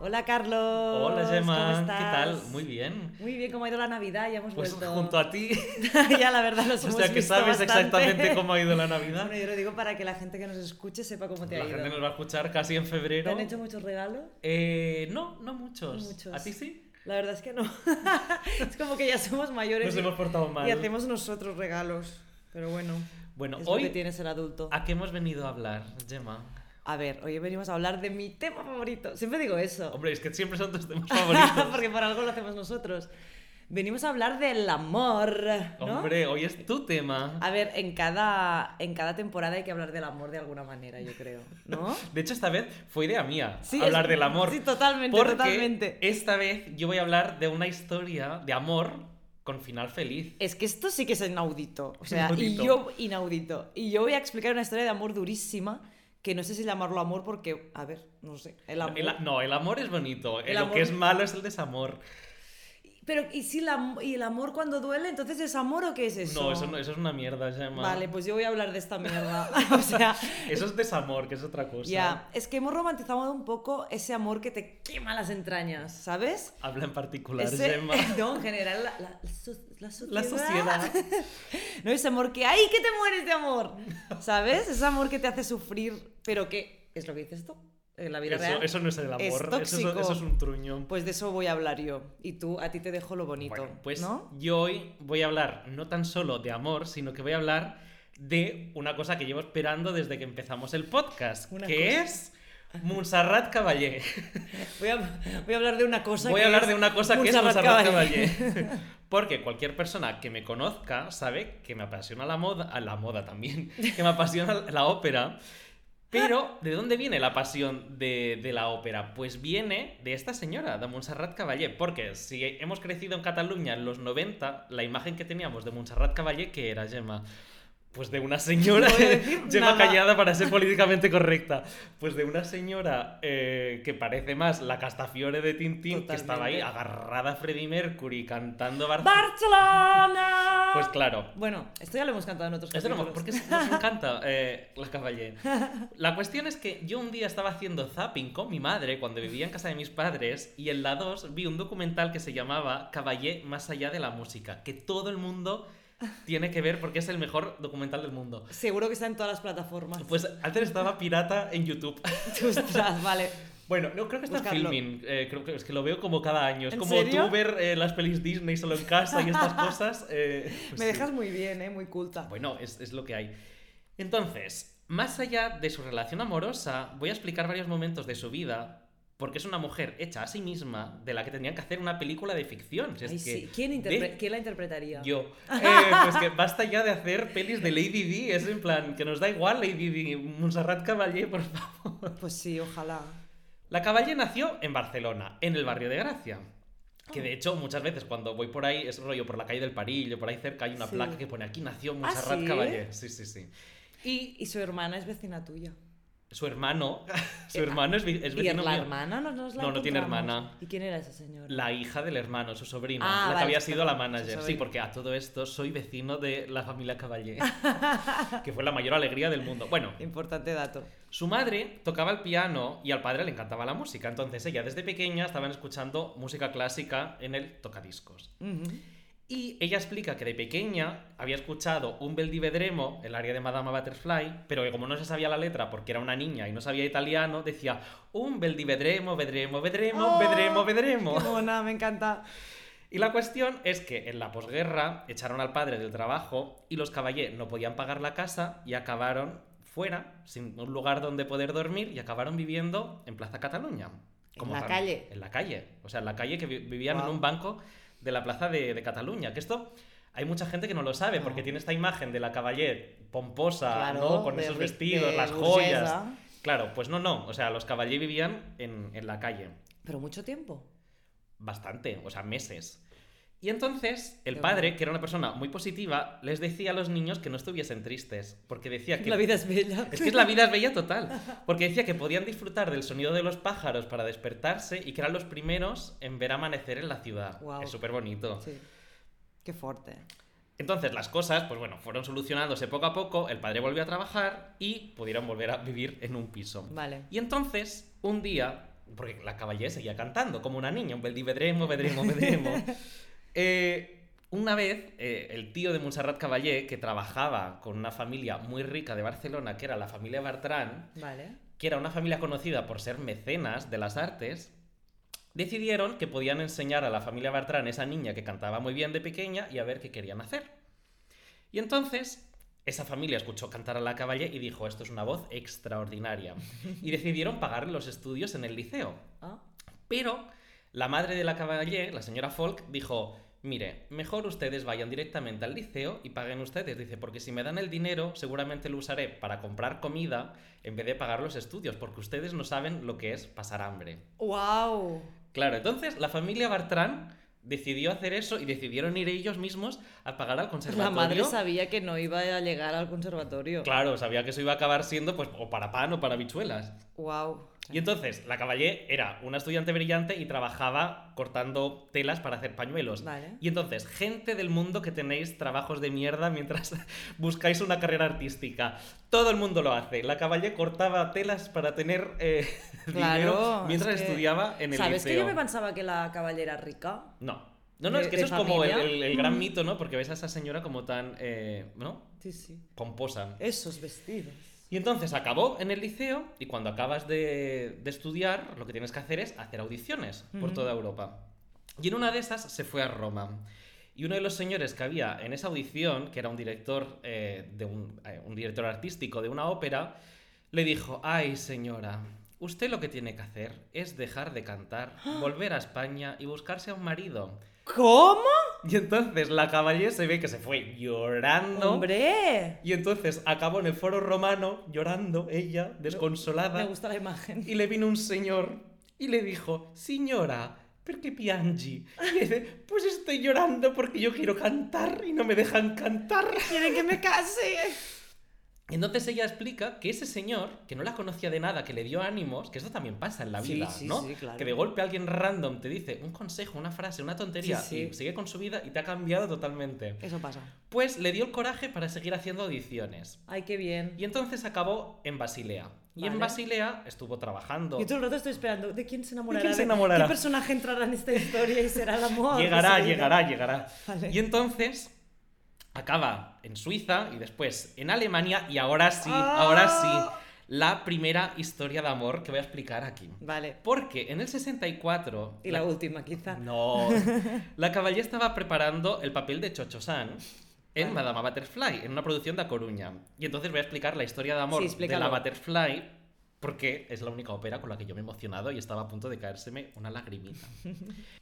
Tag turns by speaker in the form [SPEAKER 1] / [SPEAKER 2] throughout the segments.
[SPEAKER 1] Hola Carlos.
[SPEAKER 2] Hola
[SPEAKER 1] ¿cómo
[SPEAKER 2] Gemma, ¿qué
[SPEAKER 1] estás?
[SPEAKER 2] tal? Muy bien.
[SPEAKER 1] Muy bien, ¿cómo ha ido la Navidad? Ya hemos
[SPEAKER 2] Pues
[SPEAKER 1] vuelto.
[SPEAKER 2] junto a ti,
[SPEAKER 1] ya la verdad los
[SPEAKER 2] o
[SPEAKER 1] hemos
[SPEAKER 2] sea que
[SPEAKER 1] visto
[SPEAKER 2] sabes
[SPEAKER 1] bastante.
[SPEAKER 2] exactamente cómo ha ido la Navidad.
[SPEAKER 1] Bueno, yo lo digo para que la gente que nos escuche sepa cómo te
[SPEAKER 2] La
[SPEAKER 1] ha ido.
[SPEAKER 2] gente nos va a escuchar casi en
[SPEAKER 1] ¿Te
[SPEAKER 2] febrero.
[SPEAKER 1] han hecho muchos regalos?
[SPEAKER 2] Eh, no, no muchos.
[SPEAKER 1] Muchos.
[SPEAKER 2] ¿A ti sí?
[SPEAKER 1] La verdad es que no. es como que ya somos mayores
[SPEAKER 2] Nos hemos
[SPEAKER 1] y,
[SPEAKER 2] portado
[SPEAKER 1] y
[SPEAKER 2] mal.
[SPEAKER 1] hacemos nosotros regalos. Pero bueno,
[SPEAKER 2] Bueno,
[SPEAKER 1] es lo que
[SPEAKER 2] hoy, Ah.
[SPEAKER 1] tiene ser adulto.
[SPEAKER 2] ¿a qué hemos venido a hablar, Gemma?
[SPEAKER 1] A ver, hoy venimos a hablar de mi tema favorito. Siempre digo eso.
[SPEAKER 2] Hombre, es que siempre son tus temas favoritos.
[SPEAKER 1] Porque por algo lo hacemos nosotros. Venimos a hablar del amor. ¿no?
[SPEAKER 2] Hombre, hoy es tu tema.
[SPEAKER 1] A ver, en cada, en cada temporada hay que hablar del amor de alguna manera, yo creo, ¿no?
[SPEAKER 2] De hecho, esta vez fue idea mía
[SPEAKER 1] Sí,
[SPEAKER 2] hablar
[SPEAKER 1] es-
[SPEAKER 2] del amor.
[SPEAKER 1] Sí, totalmente,
[SPEAKER 2] porque
[SPEAKER 1] totalmente.
[SPEAKER 2] esta vez yo voy a hablar de una historia de amor con final feliz.
[SPEAKER 1] Es que esto sí que es inaudito. O sea,
[SPEAKER 2] Inaudito.
[SPEAKER 1] y yo, inaudito. Y yo voy a explicar una historia de amor durísima, que no sé si llamarlo amor porque, a ver, no sé, el amor.
[SPEAKER 2] El a- no, el amor es bonito.
[SPEAKER 1] El
[SPEAKER 2] lo
[SPEAKER 1] amor-
[SPEAKER 2] que es malo es el desamor.
[SPEAKER 1] Pero, ¿y si la- y el amor cuando duele, entonces es amor o qué es eso?
[SPEAKER 2] No, eso, no, eso es una mierda, Gemma.
[SPEAKER 1] Vale, pues yo voy a hablar de esta mierda. o sea,
[SPEAKER 2] Eso es desamor, que es otra cosa.
[SPEAKER 1] ya, es que hemos romantizado un poco ese amor que te quema las entrañas, ¿sabes?
[SPEAKER 2] Habla en particular,
[SPEAKER 1] Ese-
[SPEAKER 2] Gemma.
[SPEAKER 1] No, en general, la, la- la so- la sociedad.
[SPEAKER 2] La sociedad.
[SPEAKER 1] No, ese amor que ¡ay, que te mueres de amor! ¿Sabes? Ese amor que te hace sufrir, pero que es lo que dices tú en la vida
[SPEAKER 2] Eso,
[SPEAKER 1] real.
[SPEAKER 2] eso no es el amor.
[SPEAKER 1] Es
[SPEAKER 2] eso
[SPEAKER 1] tóxico.
[SPEAKER 2] Eso, es un truño.
[SPEAKER 1] Pues de eso voy a hablar yo. Y tú, a ti te dejo lo bonito,
[SPEAKER 2] Bueno, pues
[SPEAKER 1] ¿no?
[SPEAKER 2] yo hoy voy a hablar no tan solo de amor, sino que voy a hablar de una cosa que llevo esperando desde que empezamos el podcast,
[SPEAKER 1] Una
[SPEAKER 2] que
[SPEAKER 1] cosa.
[SPEAKER 2] es Montserrat Caballé.
[SPEAKER 1] Voy a, voy a hablar de una cosa
[SPEAKER 2] Voy
[SPEAKER 1] que
[SPEAKER 2] a hablar
[SPEAKER 1] es
[SPEAKER 2] de una cosa que es
[SPEAKER 1] Montserrat
[SPEAKER 2] Montserrat
[SPEAKER 1] Caballé.
[SPEAKER 2] Caballé. Porque cualquier persona que me conozca sabe que me apasiona la moda, a la moda también, que me apasiona la ópera. Pero, ¿de dónde viene la pasión de, de la ópera? Pues viene de esta señora, de Montserrat Caballé. Porque si hemos crecido en Cataluña en los 90, la imagen que teníamos de Montserrat Caballé, que era Gemma? Pues de una señora.
[SPEAKER 1] No voy a decir
[SPEAKER 2] Gemma
[SPEAKER 1] nada.
[SPEAKER 2] callada para ser políticamente correcta. Pues de una señora eh, que parece más la Castafiore de Tintín, que estaba ahí
[SPEAKER 1] Totalmente.
[SPEAKER 2] agarrada a Freddie Mercury cantando Bar-
[SPEAKER 1] ¡Barcelona!
[SPEAKER 2] Pues claro.
[SPEAKER 1] Bueno, esto ya lo hemos cantado en otros
[SPEAKER 2] Esto no,
[SPEAKER 1] capítulos.
[SPEAKER 2] porque nos encanta eh, la caballé. La cuestión es que yo un día estaba haciendo zapping con mi madre cuando vivía en casa de mis padres y en la 2 vi un documental que se llamaba Caballé más allá de la música, que todo el mundo tiene que ver porque es el mejor documental del mundo.
[SPEAKER 1] Seguro que está en todas las plataformas.
[SPEAKER 2] Pues antes estaba pirata en YouTube.
[SPEAKER 1] Ostras, vale.
[SPEAKER 2] Bueno, no creo que está en
[SPEAKER 1] Buscarlo.
[SPEAKER 2] filming. eh, creo que es que lo veo como cada año. Es
[SPEAKER 1] ¿En
[SPEAKER 2] como
[SPEAKER 1] serio?
[SPEAKER 2] tú ver eh, las pelis Disney solo en casa y estas cosas. eh, pues
[SPEAKER 1] Me
[SPEAKER 2] sí.
[SPEAKER 1] dejas muy bien, ¿eh? Muy culta.
[SPEAKER 2] Bueno, es, es lo que hay. Entonces, más allá de su relación amorosa, voy a explicar varios momentos de su vida. Porque es una mujer hecha a sí misma de la que tenían que hacer una película de ficción. Si es
[SPEAKER 1] Ay,
[SPEAKER 2] que
[SPEAKER 1] sí. ¿Quién, interpre-
[SPEAKER 2] de-
[SPEAKER 1] quién la interpretaría?
[SPEAKER 2] Yo. Eh, pues que basta ya de hacer pelis de Lady Di. Es en plan, que nos da igual Lady Di. Montserrat Caballé, por favor.
[SPEAKER 1] Pues sí, ojalá.
[SPEAKER 2] La Caballe nació en Barcelona, en el barrio de Gracia.
[SPEAKER 1] Ah.
[SPEAKER 2] Que de hecho, muchas veces cuando voy por ahí, es rollo por la calle del Parillo, por ahí cerca hay una
[SPEAKER 1] Sí. ¿Ah,
[SPEAKER 2] placa que pone aquí nació Montserrat
[SPEAKER 1] sí?
[SPEAKER 2] Caballé. Sí, sí, sí.
[SPEAKER 1] Y su hermana es vecina tuya.
[SPEAKER 2] Su hermano, su hermano es, vi- es
[SPEAKER 1] ¿Y
[SPEAKER 2] vecino
[SPEAKER 1] la
[SPEAKER 2] mío.
[SPEAKER 1] hermana no nos la
[SPEAKER 2] No, no tiene
[SPEAKER 1] encontramos.
[SPEAKER 2] hermana.
[SPEAKER 1] ¿Y quién era esa señora?
[SPEAKER 2] La hija del hermano, su sobrina,
[SPEAKER 1] Ah,
[SPEAKER 2] la
[SPEAKER 1] vale,
[SPEAKER 2] que había
[SPEAKER 1] su
[SPEAKER 2] sido la
[SPEAKER 1] sobrina, su
[SPEAKER 2] manager. Sí,
[SPEAKER 1] sobrina.
[SPEAKER 2] porque a todo esto soy vecino de la familia Caballé, que fue la mayor alegría del mundo. Bueno,
[SPEAKER 1] Importante dato.
[SPEAKER 2] Su madre tocaba el piano y al padre le encantaba la música, entonces ella desde pequeña estaban escuchando música clásica en el tocadiscos.
[SPEAKER 1] Ujú.
[SPEAKER 2] Y ella explica que de pequeña había escuchado un bel di vedremo, el área de Madama Butterfly, pero que como no se sabía la letra porque era una niña y no sabía italiano, decía un bel di vedremo, vedremo, vedremo,
[SPEAKER 1] Oh,
[SPEAKER 2] vedremo, vedremo.
[SPEAKER 1] Qué mona, me encanta.
[SPEAKER 2] Y la cuestión es que en la posguerra echaron al padre del trabajo y los caballé no podían pagar la casa y acabaron fuera, sin un lugar donde poder dormir, y acabaron viviendo en Plaza Cataluña.
[SPEAKER 1] la
[SPEAKER 2] fam-
[SPEAKER 1] calle.
[SPEAKER 2] En la calle. O sea, en la calle que vi- vivían en
[SPEAKER 1] Guau.
[SPEAKER 2] un banco de la Plaza de, de Cataluña. Que esto hay mucha gente que no lo sabe,
[SPEAKER 1] No.
[SPEAKER 2] porque tiene esta imagen de la caballé pomposa, Ah, ¿no? Con
[SPEAKER 1] de
[SPEAKER 2] esos
[SPEAKER 1] ri-
[SPEAKER 2] vestidos,
[SPEAKER 1] de
[SPEAKER 2] las joyas.
[SPEAKER 1] burguesa.
[SPEAKER 2] Claro, pues no, no. O sea, los caballé vivían en, en la calle
[SPEAKER 1] Pero mucho tiempo.
[SPEAKER 2] bastante, o sea, meses. Y entonces el
[SPEAKER 1] Qué
[SPEAKER 2] padre,
[SPEAKER 1] bueno.
[SPEAKER 2] que era una persona muy positiva, les decía a los niños que no estuviesen tristes, porque decía que...
[SPEAKER 1] La vida es bella.
[SPEAKER 2] Es que es la vida es bella total, porque decía que podían disfrutar del sonido de los pájaros para despertarse y que eran los primeros en ver amanecer en la ciudad.
[SPEAKER 1] Guau.
[SPEAKER 2] Es súper bonito.
[SPEAKER 1] Sí. Qué fuerte.
[SPEAKER 2] Entonces las cosas, pues bueno, fueron solucionándose poco a poco, el padre volvió a trabajar y pudieron volver a vivir en un piso.
[SPEAKER 1] Vale.
[SPEAKER 2] Y entonces, un día, Porque la caballé seguía cantando como una niña, un bel di vedremo, vedremo, vedremo. Eh, una vez, eh, el tío de Montserrat Caballé, que trabajaba con una familia muy rica de Barcelona, que era la familia Bartrán,
[SPEAKER 1] Vale.
[SPEAKER 2] que era una familia conocida por ser mecenas de las artes, decidieron que podían enseñar a la familia Bartrán, esa niña que cantaba muy bien de pequeña, y a ver qué querían hacer. Y entonces, esa familia escuchó cantar a la caballe y dijo, esto es una voz extraordinaria. Y decidieron pagarle los estudios en el liceo.
[SPEAKER 1] Ah,
[SPEAKER 2] Pero la madre de la caballer, la señora Folk, dijo, mire, mejor ustedes vayan directamente al liceo y paguen ustedes. Dice, porque si me dan el dinero, seguramente lo usaré para comprar comida en vez de pagar los estudios, porque ustedes no saben lo que es pasar hambre.
[SPEAKER 1] ¡Wow!
[SPEAKER 2] Claro, entonces la familia Bartrán decidió hacer eso y decidieron ir ellos mismos a pagar al
[SPEAKER 1] La
[SPEAKER 2] conservatorio.
[SPEAKER 1] madre sabía que no iba a llegar al conservatorio.
[SPEAKER 2] Claro, sabía que eso iba a acabar siendo pues o para pan o para bichuelas.
[SPEAKER 1] ¡Wow!
[SPEAKER 2] Y entonces, la Caballé era una estudiante brillante y trabajaba cortando telas para hacer pañuelos.
[SPEAKER 1] Vale.
[SPEAKER 2] Y entonces, gente del mundo que tenéis trabajos de mierda mientras buscáis una carrera artística. Todo el mundo lo hace. La Caballé cortaba telas para tener eh, dinero
[SPEAKER 1] Claro.
[SPEAKER 2] mientras
[SPEAKER 1] es que-
[SPEAKER 2] estudiaba en el
[SPEAKER 1] ¿Sabes que
[SPEAKER 2] liceo.
[SPEAKER 1] yo me pensaba que la caballera era rica?
[SPEAKER 2] No. No, no, es
[SPEAKER 1] de-
[SPEAKER 2] que
[SPEAKER 1] de
[SPEAKER 2] eso es como el,
[SPEAKER 1] familia? Mm.
[SPEAKER 2] el- el gran mito, ¿no? Porque ves a esa señora como tan, eh, ¿no?
[SPEAKER 1] Sí, sí.
[SPEAKER 2] Pomposa.
[SPEAKER 1] Esos vestidos.
[SPEAKER 2] Y entonces acabó en el liceo y cuando acabas de, de estudiar, lo que tienes que hacer es hacer audiciones por
[SPEAKER 1] Ujú.
[SPEAKER 2] toda Europa. Y en una de esas se fue a Roma. Y uno de los señores que había en esa audición, que era un director, eh, de un, eh, un director artístico de una ópera, le dijo, ay señora, usted lo que tiene que hacer es dejar de cantar, volver a España y buscarse a un marido.
[SPEAKER 1] ¿Cómo?
[SPEAKER 2] Y entonces la caballé se ve que se fue llorando.
[SPEAKER 1] ¡Hombre!
[SPEAKER 2] Y entonces acabó en el foro romano llorando, ella,
[SPEAKER 1] Me
[SPEAKER 2] desconsolada.
[SPEAKER 1] gusta la imagen.
[SPEAKER 2] Y le vino un señor y le dijo, señora, ¿por qué piangi? Y dice, pues estoy llorando porque yo quiero cantar y no me dejan cantar.
[SPEAKER 1] ¡Quieren que me case!
[SPEAKER 2] Y entonces ella explica que ese señor, que no la conocía de nada, que le dio ánimos, que eso también pasa en la
[SPEAKER 1] Sí,
[SPEAKER 2] vida,
[SPEAKER 1] sí,
[SPEAKER 2] ¿no?
[SPEAKER 1] sí, claro.
[SPEAKER 2] Que de golpe alguien random te dice un consejo, una frase, una tontería
[SPEAKER 1] Sí, sí.
[SPEAKER 2] y sigue con su vida y te ha cambiado totalmente.
[SPEAKER 1] Eso pasa.
[SPEAKER 2] Pues le dio el coraje para seguir haciendo audiciones.
[SPEAKER 1] Ay, qué bien.
[SPEAKER 2] Y entonces acabó en Basilea. Y en
[SPEAKER 1] Vale.
[SPEAKER 2] Basilea estuvo trabajando.
[SPEAKER 1] Yo todo el rato estoy esperando. ¿De quién se enamorará?
[SPEAKER 2] quién se
[SPEAKER 1] ¿De-
[SPEAKER 2] enamorará?
[SPEAKER 1] ¿Qué personaje entrará en esta historia y será el amor?
[SPEAKER 2] Llegará,
[SPEAKER 1] de su vida?
[SPEAKER 2] llegará, llegará.
[SPEAKER 1] Vale.
[SPEAKER 2] Y entonces acaba en Suiza y después en Alemania y ahora sí,
[SPEAKER 1] Ah.
[SPEAKER 2] ahora sí, la primera historia de amor que voy a explicar aquí.
[SPEAKER 1] Vale.
[SPEAKER 2] Porque en el 64...
[SPEAKER 1] Y la última, quizá.
[SPEAKER 2] No. La caballé estaba preparando el papel de Chocho San
[SPEAKER 1] Ah.
[SPEAKER 2] en Madama Butterfly, en una producción de A Coruña. Y entonces voy a explicar la historia de amor
[SPEAKER 1] Sí,
[SPEAKER 2] de
[SPEAKER 1] explícalo.
[SPEAKER 2] la Butterfly, porque es la única ópera con la que yo me he emocionado y estaba a punto de caérseme una lagrimita.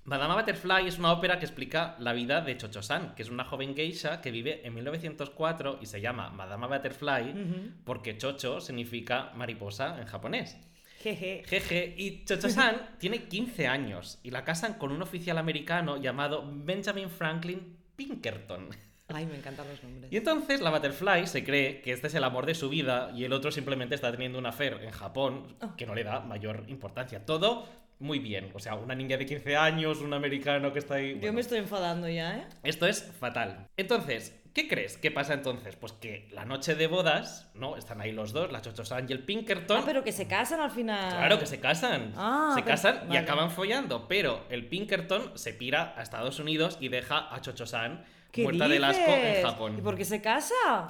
[SPEAKER 2] Madama Butterfly es una ópera que explica la vida de Chocho San, que es una joven geisha que vive en 1904 y se llama Madama Butterfly
[SPEAKER 1] Ujú.
[SPEAKER 2] porque Chocho significa mariposa en japonés.
[SPEAKER 1] Jeje.
[SPEAKER 2] Jeje, y Chocho-san tiene 15 años y la casan con un oficial americano llamado Benjamin Franklin Pinkerton.
[SPEAKER 1] Ay, me encantan los nombres.
[SPEAKER 2] Y entonces la Butterfly se cree que este es el amor de su vida y el otro simplemente está teniendo una affair en Japón
[SPEAKER 1] Oh.
[SPEAKER 2] que no le da mayor importancia. Todo muy bien. O sea, una niña de 15 años, un americano que está ahí.
[SPEAKER 1] Yo me
[SPEAKER 2] bueno.
[SPEAKER 1] estoy enfadando ya, ¿eh?
[SPEAKER 2] Esto es fatal. Entonces, ¿qué crees que pasa entonces? Pues que la noche de bodas, ¿no? Están ahí los dos, la Chocho-san y el Pinkerton.
[SPEAKER 1] Ah, pero que se casan al final.
[SPEAKER 2] Claro que se casan.
[SPEAKER 1] Ah,
[SPEAKER 2] se
[SPEAKER 1] pero-
[SPEAKER 2] casan y
[SPEAKER 1] vale.
[SPEAKER 2] acaban follando. Pero el Pinkerton se pira a Estados Unidos y deja a Chocho-san
[SPEAKER 1] ¿Qué
[SPEAKER 2] muerta del asco en
[SPEAKER 1] dices?
[SPEAKER 2] Japón.
[SPEAKER 1] ¿Y por qué se casa?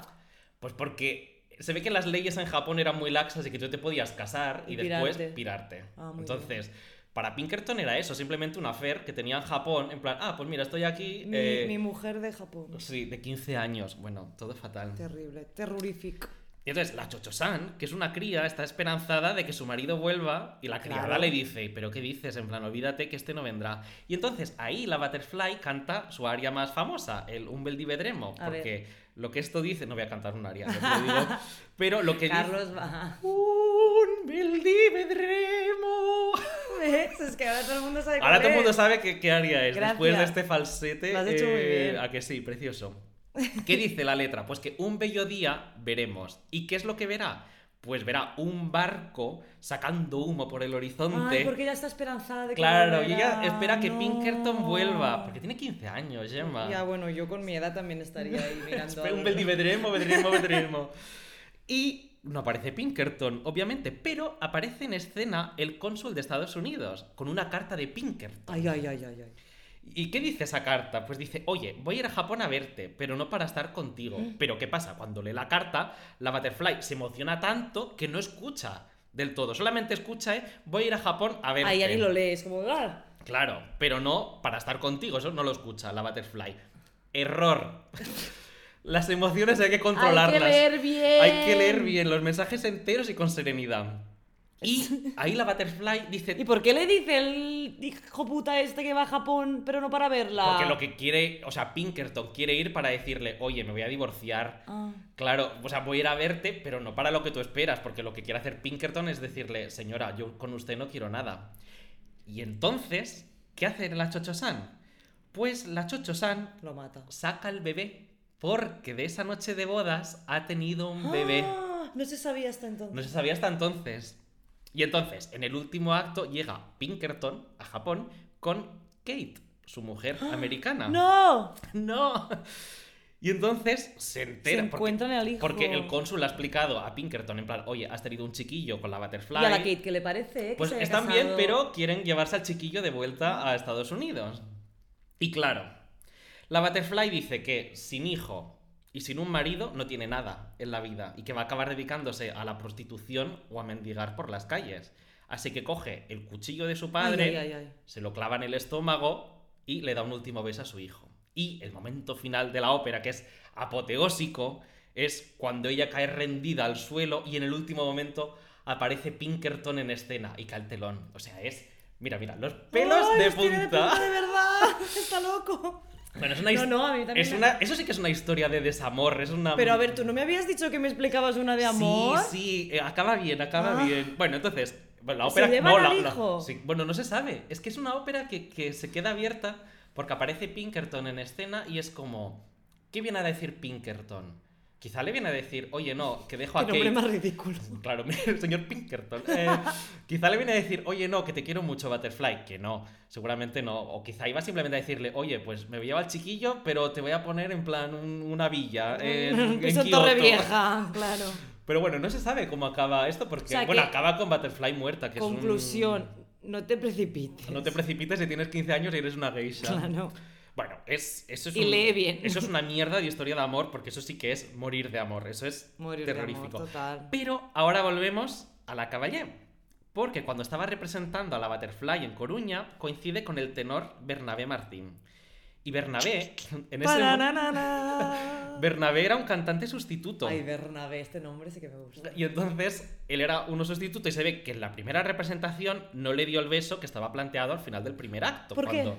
[SPEAKER 2] Pues porque se ve que las leyes en Japón eran muy laxas y que tú te podías casar y,
[SPEAKER 1] Y
[SPEAKER 2] después
[SPEAKER 1] pirarte.
[SPEAKER 2] pirarte.
[SPEAKER 1] Ah, muy
[SPEAKER 2] Entonces. Para Pinkerton era eso, simplemente una affair que tenía en Japón, en plan, ah, pues mira, estoy aquí.
[SPEAKER 1] Mi,
[SPEAKER 2] eh,
[SPEAKER 1] mi mujer de Japón.
[SPEAKER 2] Sí, de 15 años. Bueno, todo fatal.
[SPEAKER 1] Terrible, terrorífico.
[SPEAKER 2] Y entonces la Chocho-san, que es una cría, está esperanzada de que su marido vuelva y la criada
[SPEAKER 1] Claro.
[SPEAKER 2] le dice, pero ¿qué dices? En plan, olvídate que este no vendrá. Y entonces ahí la Butterfly canta su aria más famosa, el Un bel di vedremo,
[SPEAKER 1] A ver.
[SPEAKER 2] porque lo que esto dice, no voy a cantar un aria, ya te lo digo, pero lo que dice...
[SPEAKER 1] Carlos va.
[SPEAKER 2] Un bel di vedremo.
[SPEAKER 1] ¿Ves? Es que ahora todo el mundo sabe
[SPEAKER 2] Ahora
[SPEAKER 1] cuál
[SPEAKER 2] todo el mundo
[SPEAKER 1] es.
[SPEAKER 2] sabe qué, qué aria es.
[SPEAKER 1] Gracias.
[SPEAKER 2] Después de este falsete. eh,
[SPEAKER 1] Lo has hecho muy bien.
[SPEAKER 2] A que sí, precioso. ¿Qué dice la letra? Pues que un bello día veremos. ¿Y qué es lo que verá? Pues verá un barco sacando humo por el horizonte.
[SPEAKER 1] Ay, porque ella está esperanzada de que
[SPEAKER 2] Claro, y
[SPEAKER 1] volverá.
[SPEAKER 2] ella espera que
[SPEAKER 1] No.
[SPEAKER 2] Pinkerton vuelva. Porque tiene 15 años, Gemma.
[SPEAKER 1] Ya, bueno, yo con mi edad también estaría ahí mirando.
[SPEAKER 2] Espera, un
[SPEAKER 1] al-
[SPEAKER 2] veldi vedremo, vedremo, vedremo. Y no aparece Pinkerton, obviamente, pero aparece en escena el cónsul de Estados Unidos con una carta de Pinkerton.
[SPEAKER 1] Ay, ay, ay, ay, ay.
[SPEAKER 2] ¿Y qué dice esa carta? Pues dice, oye, voy a ir a Japón a verte, pero no para estar contigo. Pero ¿qué pasa? Cuando lee la carta, la Butterfly se emociona tanto que no escucha del todo. Solamente escucha, eh, voy a ir a Japón a verte.
[SPEAKER 1] Ay, ya ni lo lees, como. ¡ah!
[SPEAKER 2] Claro, pero no para estar contigo, eso no lo escucha la Butterfly. Error. Las emociones hay que controlarlas.
[SPEAKER 1] leer bien.
[SPEAKER 2] Hay que leer bien los mensajes enteros y con serenidad. Y ahí la Butterfly dice...
[SPEAKER 1] ¿Y por qué le dice el hijo puta este que va a Japón, pero no para verla?
[SPEAKER 2] Porque lo que quiere, o sea, Pinkerton quiere ir para decirle, oye, me voy a divorciar.
[SPEAKER 1] Ah.
[SPEAKER 2] Claro, o sea, voy a ir a verte, pero no para lo que tú esperas, porque lo que quiere hacer Pinkerton es decirle, señora, yo con usted no quiero nada. Y entonces, ¿qué hace la Chocho-san? Pues la Chocho-san
[SPEAKER 1] Lo mata.
[SPEAKER 2] saca al bebé, porque de esa noche de bodas ha tenido un bebé.
[SPEAKER 1] Ah, No se sabía hasta entonces.
[SPEAKER 2] No se sabía hasta entonces. Y entonces, en el último acto, llega Pinkerton a Japón con Kate, su mujer
[SPEAKER 1] ¡Ah!
[SPEAKER 2] americana.
[SPEAKER 1] ¡No!
[SPEAKER 2] ¡No! Y entonces se entera.
[SPEAKER 1] Se encuentran al hijo.
[SPEAKER 2] Porque el cónsul ha explicado a Pinkerton, en plan, oye, has tenido un chiquillo con la Butterfly.
[SPEAKER 1] Y a la Kate, que le parece, eh, que
[SPEAKER 2] Pues
[SPEAKER 1] se haya
[SPEAKER 2] están bien,
[SPEAKER 1] casado.
[SPEAKER 2] pero quieren llevarse al chiquillo de vuelta a Estados Unidos. Y claro, la Butterfly dice que sin hijo y sin un marido no tiene nada en la vida y que va a acabar dedicándose a la prostitución o a mendigar por las calles. Así que coge el cuchillo de su padre,
[SPEAKER 1] Ay, ay, ay, ay.
[SPEAKER 2] se lo clava en el estómago y le da un último beso a su hijo. Y el momento final de la ópera, que es apoteósico, es cuando ella cae rendida al suelo y en el último momento aparece Pinkerton en escena y cae el telón. O sea, es... Mira, mira, los pelos
[SPEAKER 1] Ay,
[SPEAKER 2] de
[SPEAKER 1] los tiene
[SPEAKER 2] punta.
[SPEAKER 1] de verdad. Está loco.
[SPEAKER 2] Bueno, es una
[SPEAKER 1] No,
[SPEAKER 2] his-
[SPEAKER 1] no, a mí también
[SPEAKER 2] es
[SPEAKER 1] me-
[SPEAKER 2] una- Eso sí que es una historia de desamor, es una...
[SPEAKER 1] Pero a ver, tú no me habías dicho que me explicabas una de amor.
[SPEAKER 2] Sí, sí, eh, acaba bien, acaba
[SPEAKER 1] Ah.
[SPEAKER 2] bien. Bueno, entonces, bueno, la
[SPEAKER 1] ¿Se
[SPEAKER 2] ópera...
[SPEAKER 1] llevan
[SPEAKER 2] no, la-
[SPEAKER 1] al
[SPEAKER 2] la-
[SPEAKER 1] hijo?
[SPEAKER 2] sí, bueno, no se sabe. Es que es una ópera que, que se queda abierta porque aparece Pinkerton en escena y es como... ¿Qué viene a decir Pinkerton? Quizá le viene a decir, oye, no, que dejo
[SPEAKER 1] Qué
[SPEAKER 2] a
[SPEAKER 1] nombre
[SPEAKER 2] Kate...
[SPEAKER 1] más ridículo.
[SPEAKER 2] Claro, el señor Pinkerton. Eh, quizá le viene a decir, oye, no, que te quiero mucho, Butterfly. Que no, seguramente no. O quizá iba simplemente a decirle, oye, pues me voy a llevar al chiquillo, pero te voy a poner en plan un- una villa. En, Eh, en
[SPEAKER 1] Eso en
[SPEAKER 2] Kioto.
[SPEAKER 1] Torre Vieja, claro.
[SPEAKER 2] Pero bueno, no se sabe cómo acaba esto, porque,
[SPEAKER 1] O sea,
[SPEAKER 2] bueno,
[SPEAKER 1] que-
[SPEAKER 2] acaba con Butterfly muerta. Que es un-
[SPEAKER 1] Conclusión, no te precipites.
[SPEAKER 2] No te precipites si tienes 15 años y eres una geisha.
[SPEAKER 1] Claro.
[SPEAKER 2] Bueno, es, eso es
[SPEAKER 1] Y lee bien.
[SPEAKER 2] Eso es una mierda de historia de amor, porque eso sí que es morir de amor. Eso es
[SPEAKER 1] Morir
[SPEAKER 2] terrorífico.
[SPEAKER 1] de amor, total.
[SPEAKER 2] Pero ahora volvemos a la Caballé. Porque cuando estaba representando a la Butterfly en Coruña, coincide con el tenor Bernabé Martín. Y Bernabé, en ese mo-
[SPEAKER 1] Paranana.
[SPEAKER 2] Bernabé era un cantante sustituto.
[SPEAKER 1] Ay, Bernabé, este nombre sí que me gusta.
[SPEAKER 2] Y entonces él era uno sustituto y se ve que en la primera representación no le dio el beso que estaba planteado al final del primer acto.
[SPEAKER 1] ¿Por qué?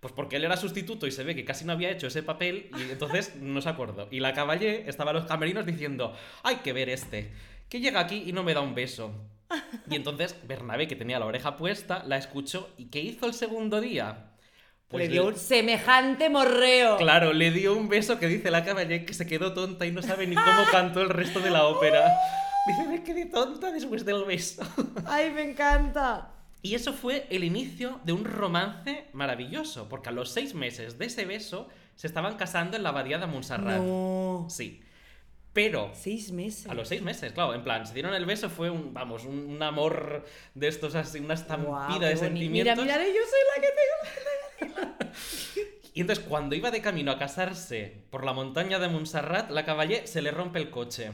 [SPEAKER 2] Pues porque él era sustituto y se ve que casi no había hecho ese papel y entonces no se acordó. Y la caballé estaba en los camerinos diciendo, hay que ver este, que llega aquí y no me da un beso. Y entonces Bernabé, que tenía la oreja puesta, la escuchó y ¿qué hizo el segundo día? pues,
[SPEAKER 1] le
[SPEAKER 2] eh,
[SPEAKER 1] dio un semejante morreo.
[SPEAKER 2] Claro, le dio un beso que dice la caballé que se quedó tonta y no sabe ni cómo cantó el resto de la ópera. Dice, me quedé tonta después del beso.
[SPEAKER 1] Ay, me encanta.
[SPEAKER 2] Y eso fue el inicio de un romance maravilloso, porque a los seis meses de ese beso se estaban casando en la abadía de Montserrat.
[SPEAKER 1] No.
[SPEAKER 2] Sí. Pero
[SPEAKER 1] Seis meses.
[SPEAKER 2] a los seis meses, claro, en plan, se dieron el beso, fue un, vamos, un, un amor de estos así, una estampida
[SPEAKER 1] Guau, qué
[SPEAKER 2] de
[SPEAKER 1] boni-
[SPEAKER 2] sentimientos.
[SPEAKER 1] Mira, mira, yo soy la que tengo.
[SPEAKER 2] Y entonces, cuando iba de camino a casarse por la montaña de Montserrat, la caballé se le rompe el coche.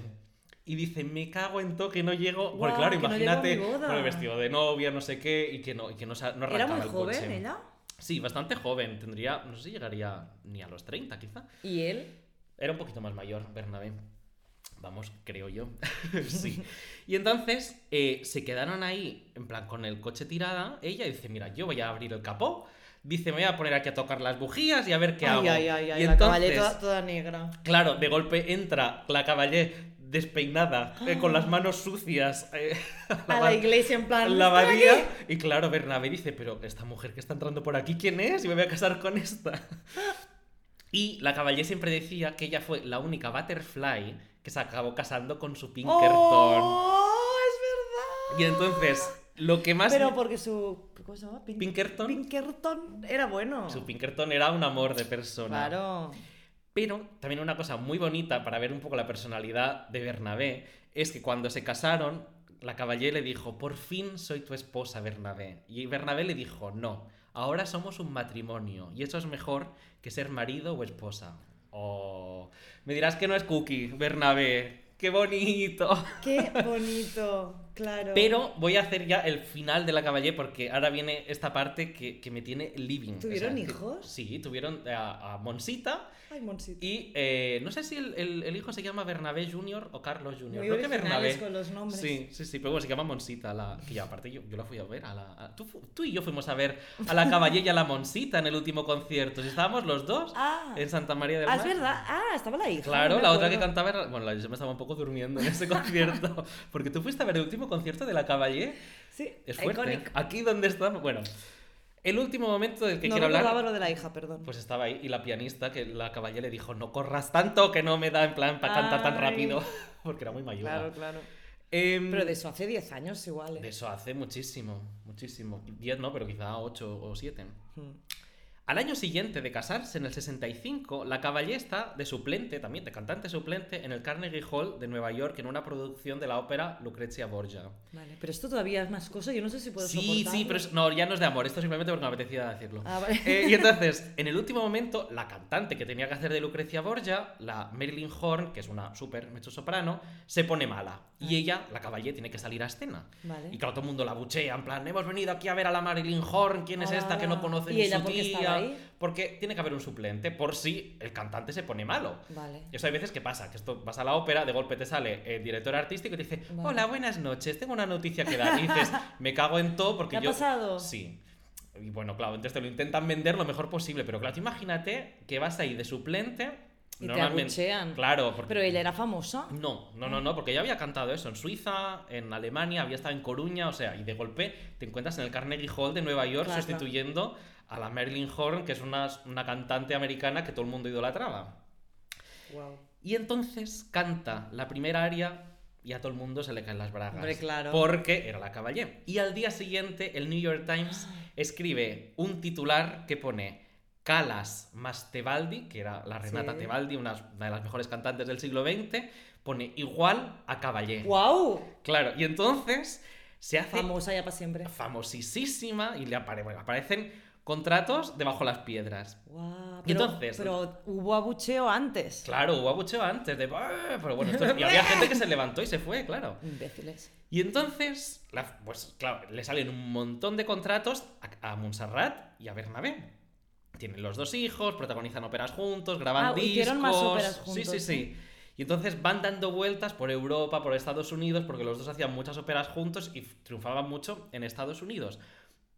[SPEAKER 2] Y dice, me cago en todo que no llego.
[SPEAKER 1] Guau,
[SPEAKER 2] Porque claro,
[SPEAKER 1] que no llego a
[SPEAKER 2] imagínate,
[SPEAKER 1] mi boda.
[SPEAKER 2] con el vestido de novia, no sé qué, y que no, y que no, sa- no
[SPEAKER 1] Era
[SPEAKER 2] arrancaba
[SPEAKER 1] muy
[SPEAKER 2] el
[SPEAKER 1] joven
[SPEAKER 2] coche.
[SPEAKER 1] ella.
[SPEAKER 2] Sí, bastante joven. Tendría, no sé si llegaría ni a los 30, quizá.
[SPEAKER 1] ¿Y él?
[SPEAKER 2] Era un poquito más mayor, Bernabé. Vamos, creo yo. sí. Y entonces eh, se quedaron ahí, en plan, con el coche tirada. Ella dice, mira, yo voy a abrir el capó. Dice, me voy a poner aquí a tocar las bujías y a ver qué
[SPEAKER 1] ay,
[SPEAKER 2] hago.
[SPEAKER 1] ay, ay, ay,
[SPEAKER 2] y
[SPEAKER 1] la caballé
[SPEAKER 2] entonces,
[SPEAKER 1] toda, toda negra.
[SPEAKER 2] claro, de golpe entra la caballé despeinada, eh, con las manos sucias. eh,
[SPEAKER 1] A
[SPEAKER 2] bar-
[SPEAKER 1] la iglesia, en plan.
[SPEAKER 2] la
[SPEAKER 1] "Estoy
[SPEAKER 2] abadía.
[SPEAKER 1] aquí".
[SPEAKER 2] Y claro, Bernabé dice, pero esta mujer que está entrando por aquí, ¿quién es? Y me voy a casar con esta. Y la caballé siempre decía que ella fue la única butterfly que se acabó casando con su Pinkerton.
[SPEAKER 1] ¡Oh! ¡Es verdad!
[SPEAKER 2] Y entonces, lo que más...
[SPEAKER 1] Pero porque su. ¿Cómo se llama? Pin-
[SPEAKER 2] Pinkerton,
[SPEAKER 1] Pinkerton era bueno.
[SPEAKER 2] su Pinkerton era un amor de persona.
[SPEAKER 1] Claro.
[SPEAKER 2] Pero también una cosa muy bonita para ver un poco la personalidad de Bernabé es que cuando se casaron, la Caballé le dijo, por fin soy tu esposa, Bernabé. Y Bernabé le dijo, no, ahora somos un matrimonio y eso es mejor que ser marido o esposa. Oh, me dirás que no es cookie, Bernabé. ¡Qué bonito!
[SPEAKER 1] Qué bonito, claro.
[SPEAKER 2] Pero voy a hacer ya el final de la caballé porque ahora viene esta parte que, que me tiene living.
[SPEAKER 1] ¿Tuvieron
[SPEAKER 2] que-
[SPEAKER 1] hijos?
[SPEAKER 2] sí, tuvieron a, a Monsita
[SPEAKER 1] Ay, Monsita.
[SPEAKER 2] y eh, no sé si el, el- el hijo se llama Bernabé Junior o Carlos Junior.
[SPEAKER 1] Muy
[SPEAKER 2] Creo que
[SPEAKER 1] originales
[SPEAKER 2] Bernabé.
[SPEAKER 1] con los nombres.
[SPEAKER 2] Sí, sí, sí, pero bueno, se llama Monsita, la, que ya aparte yo, yo la fui a ver, a la, a- tú, fu- tú y yo fuimos a ver a la caballé y a la Monsita en el último concierto, Si estábamos los dos
[SPEAKER 1] Ah,
[SPEAKER 2] en Santa María del
[SPEAKER 1] Ah,
[SPEAKER 2] Mar.
[SPEAKER 1] es verdad. Ah, estaba la hija.
[SPEAKER 2] Claro,
[SPEAKER 1] me
[SPEAKER 2] la otra que
[SPEAKER 1] acuerdo.
[SPEAKER 2] cantaba era... Bueno, la- yo me estaba un poco durmiendo en ese concierto. Porque tú fuiste a ver el último concierto de La Caballé.
[SPEAKER 1] Sí,
[SPEAKER 2] Es fuerte. ¿eh?
[SPEAKER 1] iconic.
[SPEAKER 2] Aquí donde estamos... Bueno, el último momento del que
[SPEAKER 1] no
[SPEAKER 2] quiero hablar...
[SPEAKER 1] recordaba lo de la hija, perdón.
[SPEAKER 2] Pues estaba ahí y la pianista, que la Caballé le dijo, no corras tanto, que no me da en plan para cantar tan
[SPEAKER 1] Ay.
[SPEAKER 2] rápido. Porque era muy mayuda.
[SPEAKER 1] claro, claro.
[SPEAKER 2] Em,
[SPEAKER 1] Pero de eso hace 10 años igual. ¿eh?
[SPEAKER 2] de eso hace muchísimo, muchísimo. Diez no, pero quizá ocho o siete.
[SPEAKER 1] Mm.
[SPEAKER 2] Al año siguiente de casarse, en el 65, la Caballé está de suplente, también de cantante suplente, en el Carnegie Hall de Nueva York en una producción de la ópera Lucrezia Borgia.
[SPEAKER 1] Vale, pero esto todavía es más cosa. Yo no sé si puedo
[SPEAKER 2] Sí, sí,
[SPEAKER 1] soportarlo.
[SPEAKER 2] pero es- no, ya no es de amor, esto simplemente porque me apetecía decirlo.
[SPEAKER 1] Ah, vale.
[SPEAKER 2] Eh, y entonces, en el último momento, la cantante que tenía que hacer de Lucrecia Borgia, la Marilyn Horn, que es una súper mezzosoprano, se pone mala. Y
[SPEAKER 1] Ah.
[SPEAKER 2] ella, la caballé, tiene que salir a escena.
[SPEAKER 1] Vale.
[SPEAKER 2] Y claro, todo el mundo la buchea, en plan, hemos venido aquí a ver a la Marilyn Horn, ¿quién es esta que
[SPEAKER 1] Ah,
[SPEAKER 2] no conoce
[SPEAKER 1] ¿y
[SPEAKER 2] ni
[SPEAKER 1] ella
[SPEAKER 2] su
[SPEAKER 1] por qué estaba
[SPEAKER 2] tía?
[SPEAKER 1] ahí?
[SPEAKER 2] Porque tiene que haber un suplente, por si el cantante se pone malo.
[SPEAKER 1] Vale.
[SPEAKER 2] Eso hay veces que pasa, que esto vas a la ópera, de golpe te sale el director artístico y te dice,
[SPEAKER 1] Vale.
[SPEAKER 2] hola, buenas noches, tengo una noticia que dar. Y dices, me cago en todo porque
[SPEAKER 1] ¿Te ha
[SPEAKER 2] yo...
[SPEAKER 1] pasado?
[SPEAKER 2] Sí. Y bueno, claro, entonces te lo intentan vender lo mejor posible, pero claro, tú imagínate que vas ahí de suplente...
[SPEAKER 1] Y te abuchean.
[SPEAKER 2] Claro, porque...
[SPEAKER 1] Pero ella era famosa.
[SPEAKER 2] No, no, no, no, porque ya había cantado eso en Suiza, en Alemania, había estado en Coruña, o sea, y de golpe te encuentras en el Carnegie Hall de Nueva York
[SPEAKER 1] Claro.
[SPEAKER 2] sustituyendo a la Marilyn Horn, que es una, una cantante americana que todo el mundo idolatraba.
[SPEAKER 1] Wow.
[SPEAKER 2] Y entonces canta la primera aria y a todo el mundo se le caen las bragas.
[SPEAKER 1] Hombre, claro.
[SPEAKER 2] Porque era la caballé. Y al día siguiente el New York Times
[SPEAKER 1] Ah.
[SPEAKER 2] escribe un titular que pone Calas más Tebaldi, que era la Renata
[SPEAKER 1] Sí.
[SPEAKER 2] Tebaldi, una, una de las mejores cantantes del siglo XX, pone igual a caballé.
[SPEAKER 1] ¡Wow!
[SPEAKER 2] Claro, y entonces se hace
[SPEAKER 1] Famosa ya para siempre.
[SPEAKER 2] famosísima y le apare- bueno, aparecen contratos debajo las piedras.
[SPEAKER 1] Guau,
[SPEAKER 2] Y
[SPEAKER 1] pero-
[SPEAKER 2] entonces-
[SPEAKER 1] Pero hubo abucheo antes.
[SPEAKER 2] Claro, hubo abucheo antes de... "Bah", Pero bueno, esto- y había gente que se levantó y se fue, claro.
[SPEAKER 1] Imbéciles.
[SPEAKER 2] Y entonces, la- pues claro, le salen un montón de contratos a, a Montserrat y a Bernabé. Tienen los dos hijos, protagonizan óperas juntos, graban
[SPEAKER 1] Ah,
[SPEAKER 2] discos.
[SPEAKER 1] hicieron más óperas juntos, ¿eh?
[SPEAKER 2] Sí, sí, sí. Y entonces van dando vueltas por Europa, por Estados Unidos, porque los dos hacían muchas óperas juntos y triunfaban mucho en Estados Unidos.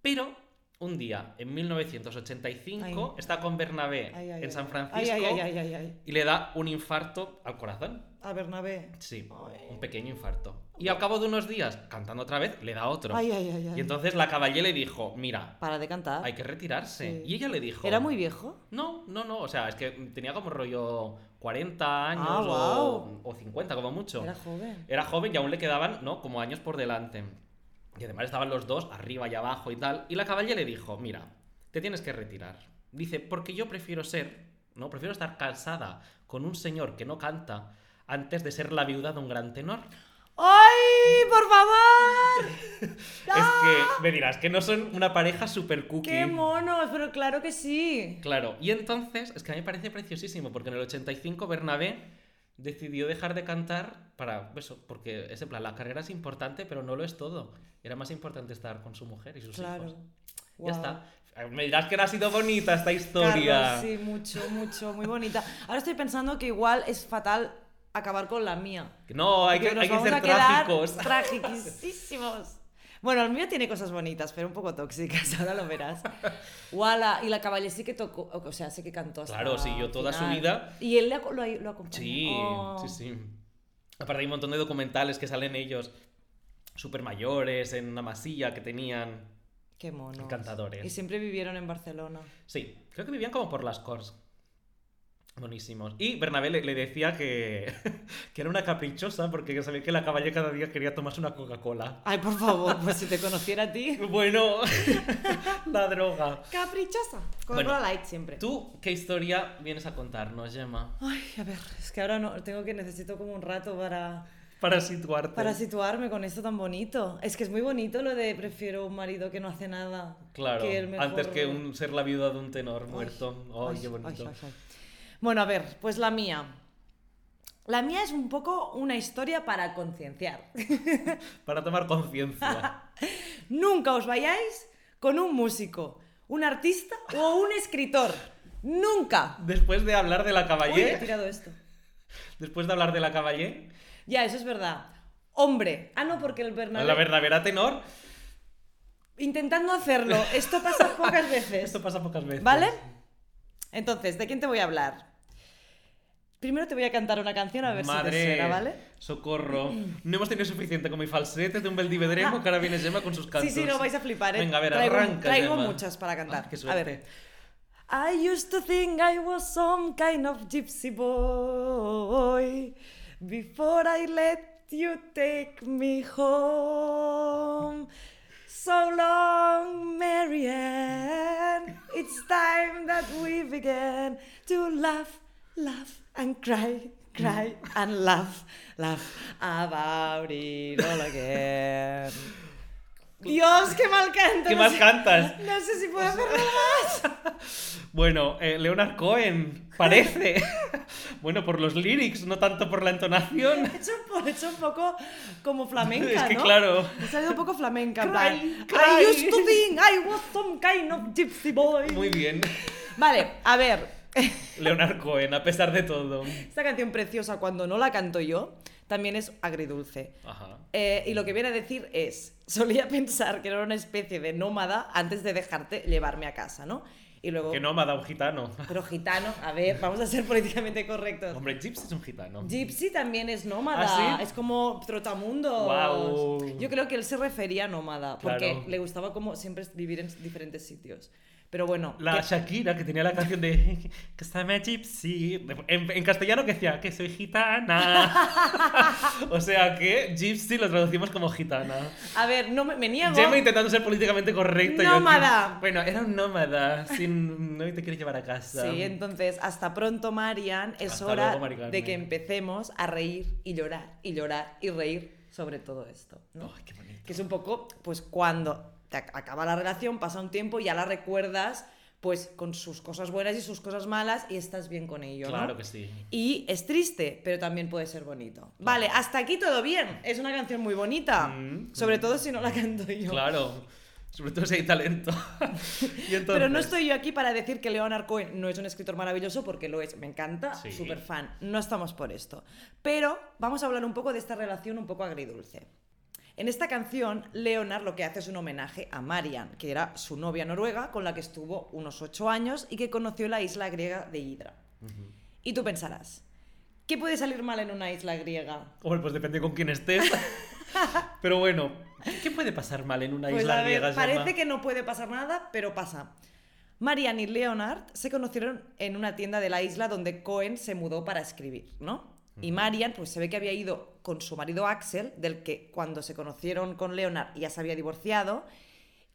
[SPEAKER 2] Pero un día, en 1985,
[SPEAKER 1] Ay.
[SPEAKER 2] está con Bernabé
[SPEAKER 1] Ay, ay,
[SPEAKER 2] en
[SPEAKER 1] ay.
[SPEAKER 2] San Francisco
[SPEAKER 1] Ay, ay, ay, ay, ay, ay.
[SPEAKER 2] y le da un infarto al corazón.
[SPEAKER 1] A Bernabé.
[SPEAKER 2] Sí,
[SPEAKER 1] Ay.
[SPEAKER 2] un pequeño infarto. Y al cabo de unos días, cantando otra vez, le da otro.
[SPEAKER 1] Ay, ay, ay, ay.
[SPEAKER 2] Y entonces la caballé le dijo, mira,
[SPEAKER 1] Para de cantar.
[SPEAKER 2] hay que retirarse.
[SPEAKER 1] Sí.
[SPEAKER 2] Y ella le dijo...
[SPEAKER 1] ¿Era muy viejo?
[SPEAKER 2] No, no, no, o sea, es que tenía como rollo 40 años
[SPEAKER 1] Ah,
[SPEAKER 2] o-
[SPEAKER 1] guau.
[SPEAKER 2] o, 50 como mucho.
[SPEAKER 1] Era joven.
[SPEAKER 2] Era joven y aún le quedaban, ¿no? Como años por delante. Y además estaban los dos arriba y abajo y tal. Y la caballé le dijo, mira, te tienes que retirar. Dice, porque yo prefiero ser, ¿no? Prefiero estar casada con un señor que no canta antes de ser la viuda de un gran tenor.
[SPEAKER 1] ¡Ay, por favor!
[SPEAKER 2] Es que me dirás que no son una pareja super cookie.
[SPEAKER 1] ¡Qué monos! Pero claro que sí.
[SPEAKER 2] Claro, y entonces, es que a mí me parece preciosísimo, porque en el 85 Bernabé decidió dejar de cantar para eso, porque es en plan, la carrera es importante, pero no lo es todo. Era más importante estar con su mujer y sus hijos.
[SPEAKER 1] Claro.
[SPEAKER 2] Ya
[SPEAKER 1] Guau.
[SPEAKER 2] está. Eh, Me dirás que no ha sido bonita esta historia.
[SPEAKER 1] Carlos, sí, mucho, mucho, muy bonita. Ahora estoy pensando que igual es fatal acabar con la mía.
[SPEAKER 2] No, hay que,
[SPEAKER 1] Porque nos
[SPEAKER 2] hay que
[SPEAKER 1] vamos
[SPEAKER 2] ser
[SPEAKER 1] a quedar
[SPEAKER 2] trágicos.
[SPEAKER 1] tragiquisísimos. Bueno, el mío tiene cosas bonitas, pero un poco tóxicas, ahora lo verás. Wala, y la caballe sí que tocó, o sea, sí que cantó hasta
[SPEAKER 2] Claro, sí, yo toda su
[SPEAKER 1] final.
[SPEAKER 2] vida-
[SPEAKER 1] Y él le aco- lo, lo acompañó.
[SPEAKER 2] Sí,
[SPEAKER 1] Oh.
[SPEAKER 2] sí, sí. Aparte hay un montón de documentales que salen ellos super mayores en una masilla que tenían.
[SPEAKER 1] Qué mono.
[SPEAKER 2] Encantadores.
[SPEAKER 1] Y siempre vivieron en Barcelona.
[SPEAKER 2] Sí, creo que vivían como por las Cors. Buenísimos. Y Bernabé le, le decía que, que era una caprichosa porque sabía que la caballé cada día quería tomarse una Coca-Cola.
[SPEAKER 1] Ay, por favor, pues si te conociera a ti.
[SPEAKER 2] Bueno, la droga.
[SPEAKER 1] Caprichosa. Con
[SPEAKER 2] Bueno,
[SPEAKER 1] Coca-Cola light siempre.
[SPEAKER 2] ¿Tú qué historia vienes a contarnos, Gemma?
[SPEAKER 1] Ay, a ver, es que ahora no, tengo que necesito como un rato para
[SPEAKER 2] Para situarte.
[SPEAKER 1] Para situarme con esto tan bonito. Es que es muy bonito lo de prefiero un marido que no hace nada.
[SPEAKER 2] Claro,
[SPEAKER 1] que el mejor-
[SPEAKER 2] antes que un, ser la viuda de un tenor
[SPEAKER 1] Ay,
[SPEAKER 2] muerto. Ay, qué bonito.
[SPEAKER 1] ay, ay, ay. Bueno, a ver, pues la mía. La mía es un poco una historia para concienciar.
[SPEAKER 2] Para tomar conciencia.
[SPEAKER 1] Nunca os vayáis con un músico, un artista o un escritor. Nunca.
[SPEAKER 2] después de hablar de la
[SPEAKER 1] Uy, he
[SPEAKER 2] caballé,
[SPEAKER 1] tirado esto.
[SPEAKER 2] después de hablar de la caballé,
[SPEAKER 1] Ya, eso es verdad. Hombre. Ah, no, porque el Bernabéu...
[SPEAKER 2] la verdadera tenor,
[SPEAKER 1] Intentando hacerlo. Esto pasa pocas veces.
[SPEAKER 2] esto pasa pocas veces.
[SPEAKER 1] ¿Vale? Entonces, ¿de quién te voy a hablar? Primero te voy a cantar una canción a ver si te
[SPEAKER 2] Madre,
[SPEAKER 1] suena, ¿vale?
[SPEAKER 2] socorro. No hemos tenido suficiente con mi falsete de un Beldivedremo que ahora viene Gemma con sus cantos.
[SPEAKER 1] Sí, sí, no vais a flipar, ¿eh?
[SPEAKER 2] Venga, a ver,
[SPEAKER 1] traigo,
[SPEAKER 2] arranca,
[SPEAKER 1] Traigo
[SPEAKER 2] Gemma.
[SPEAKER 1] muchas para cantar.
[SPEAKER 2] Ah, qué
[SPEAKER 1] a
[SPEAKER 2] suerte.
[SPEAKER 1] ver. I used to think I was some kind of gypsy boy before I let you take me home. So long, Mary Ann. It's time that we began to laugh, laugh and cry, cry and laugh, laugh about it all again. Dios, qué mal canto.
[SPEAKER 2] ¿Qué
[SPEAKER 1] no
[SPEAKER 2] más
[SPEAKER 1] sé-
[SPEAKER 2] cantas?
[SPEAKER 1] No sé si puedo hacerlo más.
[SPEAKER 2] Bueno, eh, Leonard Cohen, parece. bueno, por los lyrics, no tanto por la entonación.
[SPEAKER 1] He hecho, un po- he hecho un poco como flamenca,
[SPEAKER 2] es que
[SPEAKER 1] ¿no?
[SPEAKER 2] claro.
[SPEAKER 1] Me ha salido un poco flamenca. en
[SPEAKER 2] Cry,
[SPEAKER 1] plan,
[SPEAKER 2] cry.
[SPEAKER 1] I used to think I was some kind of gypsy boy.
[SPEAKER 2] Muy bien.
[SPEAKER 1] Vale, a ver.
[SPEAKER 2] Leonard Cohen, a pesar de todo.
[SPEAKER 1] Esta canción preciosa, cuando no la canto yo, también es agridulce.
[SPEAKER 2] Ajá.
[SPEAKER 1] Eh, y lo que viene a decir es, solía pensar que era una especie de nómada antes de dejarte llevarme a casa, ¿no? Y luego,
[SPEAKER 2] Que nómada, un gitano.
[SPEAKER 1] pero gitano, a ver, vamos a ser políticamente correctos.
[SPEAKER 2] Hombre, Gypsy es un gitano.
[SPEAKER 1] Gypsy también es nómada,
[SPEAKER 2] ¿Ah, sí?
[SPEAKER 1] es como trotamundo.
[SPEAKER 2] Guau.
[SPEAKER 1] Yo creo que él se refería a nómada, porque
[SPEAKER 2] Claro.
[SPEAKER 1] le gustaba como siempre vivir en diferentes sitios. Pero bueno,
[SPEAKER 2] La
[SPEAKER 1] que-
[SPEAKER 2] Shakira, que tenía la canción de que está me gypsy. En, en castellano que decía que soy gitana. o sea que gypsy lo traducimos como gitana.
[SPEAKER 1] a ver, no me, me niego.
[SPEAKER 2] Gemma intentando ser políticamente correcto.
[SPEAKER 1] Nómada.
[SPEAKER 2] bueno, era un nómada. Sin, no te quiere llevar a casa.
[SPEAKER 1] Sí, entonces, hasta pronto, Marian. Es
[SPEAKER 2] Hasta
[SPEAKER 1] hora
[SPEAKER 2] luego, Mari Carmen.
[SPEAKER 1] de que empecemos a reír y llorar y llorar y reír sobre todo esto. ¿no?
[SPEAKER 2] Ay, Oh, qué bonito.
[SPEAKER 1] Que es un poco, pues cuando te ac- acaba la relación, pasa un tiempo y ya la recuerdas, pues con sus cosas buenas y sus cosas malas y estás bien con ello. ¿no?
[SPEAKER 2] Claro que sí.
[SPEAKER 1] Y es triste, pero también puede ser bonito. Vale, hasta aquí todo bien. Es una canción muy bonita.
[SPEAKER 2] Mm,
[SPEAKER 1] sobre todo si no la canto yo.
[SPEAKER 2] Claro. Sobre todo si hay talento. Y entonces-
[SPEAKER 1] Pero no estoy yo aquí para decir que Leonard Cohen no es un escritor maravilloso, porque lo es, me encanta,
[SPEAKER 2] Sí.
[SPEAKER 1] súper fan. No estamos por esto. Pero vamos a hablar un poco de esta relación un poco agridulce. En esta canción, Leonard lo que hace es un homenaje a Marian, que era su novia noruega con la que estuvo unos ocho años y que conoció la isla griega de Hidra. Y tú pensarás, ¿qué puede salir mal en una isla griega?
[SPEAKER 2] Hombre, pues depende con quién estés. Pero bueno, ¿qué puede pasar mal en una
[SPEAKER 1] Pues
[SPEAKER 2] isla
[SPEAKER 1] a ver,
[SPEAKER 2] griega?
[SPEAKER 1] parece
[SPEAKER 2] Gemma?
[SPEAKER 1] que no puede pasar nada, pero pasa. Marian y Leonard se conocieron en una tienda de la isla donde Cohen se mudó para escribir, ¿no? Y Marian, pues se ve que había ido con su marido Axel, del que cuando se conocieron con Leonard ya se había divorciado,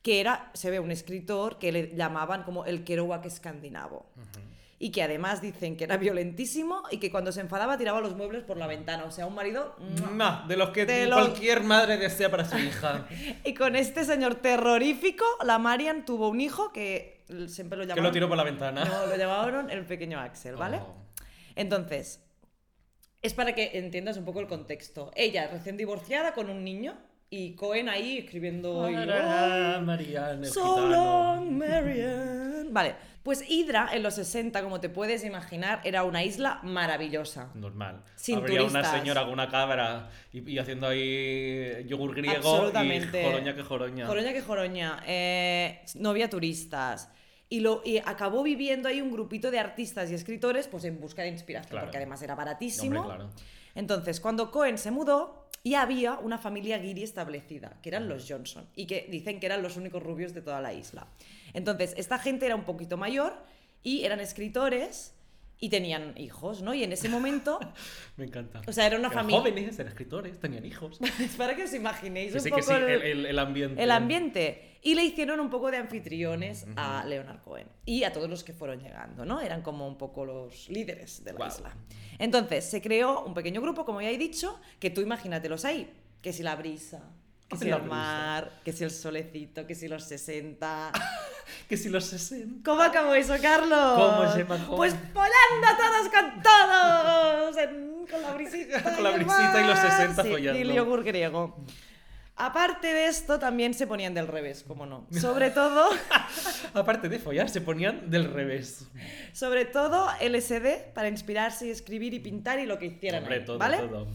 [SPEAKER 1] que era, se ve, un escritor que le llamaban como el Kerouac escandinavo. Y que además dicen que era violentísimo y que cuando se enfadaba tiraba los muebles por la ventana. O sea, un marido ¡mua!
[SPEAKER 2] No, de los que
[SPEAKER 1] De los-
[SPEAKER 2] cualquier madre desea para su hija.
[SPEAKER 1] Y con este señor terrorífico, la Marian tuvo un hijo que l- siempre lo
[SPEAKER 2] que
[SPEAKER 1] llamaron.
[SPEAKER 2] lo tiró por la ventana.
[SPEAKER 1] No, lo llamaron el pequeño Axel, ¿vale?
[SPEAKER 2] Oh.
[SPEAKER 1] Entonces, es para que entiendas un poco el contexto. Ella recién divorciada con un niño y Cohen ahí escribiendo. y, "Oh,
[SPEAKER 2] Tarará, Marianne, el
[SPEAKER 1] So
[SPEAKER 2] gitano.
[SPEAKER 1] long, Marian. Vale, pues Hydra en los 60, como te puedes imaginar, era una isla maravillosa.
[SPEAKER 2] Normal.
[SPEAKER 1] Sin
[SPEAKER 2] Habría
[SPEAKER 1] turistas.
[SPEAKER 2] una señora con una cabra y, y haciendo ahí yogur griego
[SPEAKER 1] Absolutamente.
[SPEAKER 2] y joroña que joroña.
[SPEAKER 1] Joroña que joroña. Eh, no había turistas. Y, lo, y acabó viviendo ahí un grupito de artistas y escritores pues en busca de inspiración,
[SPEAKER 2] Claro.
[SPEAKER 1] porque además era
[SPEAKER 2] No,
[SPEAKER 1] baratísimo.
[SPEAKER 2] hombre, claro.
[SPEAKER 1] Entonces, cuando Cohen se mudó, ya había una familia guiri establecida, que eran los Johnson, y que dicen que eran los únicos rubios de toda la isla. Entonces, esta gente era un poquito mayor y eran escritores y tenían hijos, ¿no? Y en ese momento,
[SPEAKER 2] Me encanta.
[SPEAKER 1] o sea, era una
[SPEAKER 2] Eran
[SPEAKER 1] familia.
[SPEAKER 2] jóvenes, eran escritores, tenían hijos.
[SPEAKER 1] Es para que os imaginéis
[SPEAKER 2] Que
[SPEAKER 1] un
[SPEAKER 2] sí,
[SPEAKER 1] poco
[SPEAKER 2] que sí,
[SPEAKER 1] el,
[SPEAKER 2] el, el- el ambiente.
[SPEAKER 1] el ambiente. Y le hicieron un poco de anfitriones a Leonard Cohen y a todos los que fueron llegando, ¿no? Eran como un poco los líderes de la
[SPEAKER 2] Guau.
[SPEAKER 1] isla. Entonces, se creó un pequeño grupo, como ya he dicho, que tú imagínatelos ahí. Que si la brisa, que
[SPEAKER 2] Ay,
[SPEAKER 1] si
[SPEAKER 2] la
[SPEAKER 1] el
[SPEAKER 2] brisa.
[SPEAKER 1] mar, que si el solecito, que si los 60...
[SPEAKER 2] Que si los 60.
[SPEAKER 1] ¿Cómo acabó eso, Carlos?
[SPEAKER 2] ¿Cómo se bajó?
[SPEAKER 1] Pues volando todos con todos, en- con la brisita.
[SPEAKER 2] Con
[SPEAKER 1] y
[SPEAKER 2] la
[SPEAKER 1] el
[SPEAKER 2] brisita y los
[SPEAKER 1] mar.
[SPEAKER 2] 60
[SPEAKER 1] sí,
[SPEAKER 2] follando.
[SPEAKER 1] Y el yogur griego. Aparte de esto, también se ponían del revés, como no. Sobre todo,
[SPEAKER 2] Aparte de follar, se ponían del revés.
[SPEAKER 1] sobre todo LSD para inspirarse y escribir y pintar y lo que hicieran.
[SPEAKER 2] Hombre,
[SPEAKER 1] ahí,
[SPEAKER 2] todo,
[SPEAKER 1] ¿Vale?
[SPEAKER 2] todo.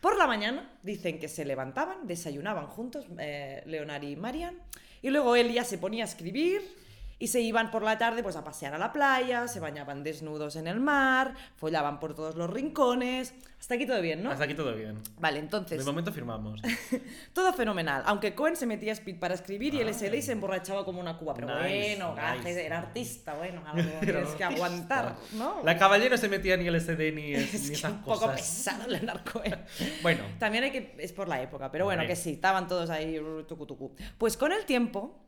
[SPEAKER 1] Por la mañana dicen que se levantaban, desayunaban juntos, eh, Leonard y Marian, y luego él ya se ponía a escribir y se iban por la tarde pues a pasear a la playa, se bañaban desnudos en el mar, follaban por todos los rincones. Hasta aquí todo bien, ¿no?
[SPEAKER 2] Hasta aquí todo bien.
[SPEAKER 1] Vale,
[SPEAKER 2] De
[SPEAKER 1] entonces,
[SPEAKER 2] momento firmamos.
[SPEAKER 1] todo fenomenal. Aunque Cohen se metía a speed para escribir y el SD
[SPEAKER 2] Ay.
[SPEAKER 1] se emborrachaba como una cuba. Pero
[SPEAKER 2] Ah. Nice,
[SPEAKER 1] bueno, gajes,
[SPEAKER 2] nice.
[SPEAKER 1] era artista, bueno, algo
[SPEAKER 2] Era
[SPEAKER 1] tienes que
[SPEAKER 2] artista.
[SPEAKER 1] aguantar, ¿no?
[SPEAKER 2] La caballero se metía ni el SD ni, es-
[SPEAKER 1] es
[SPEAKER 2] ni
[SPEAKER 1] que
[SPEAKER 2] esas
[SPEAKER 1] un poco
[SPEAKER 2] cosas.
[SPEAKER 1] pesado Leonard Cohen.
[SPEAKER 2] Bueno,
[SPEAKER 1] También hay que. Es por la época, pero bueno,
[SPEAKER 2] Hombre.
[SPEAKER 1] que sí, estaban todos ahí. ru, tucu, tucu. Pues con el tiempo,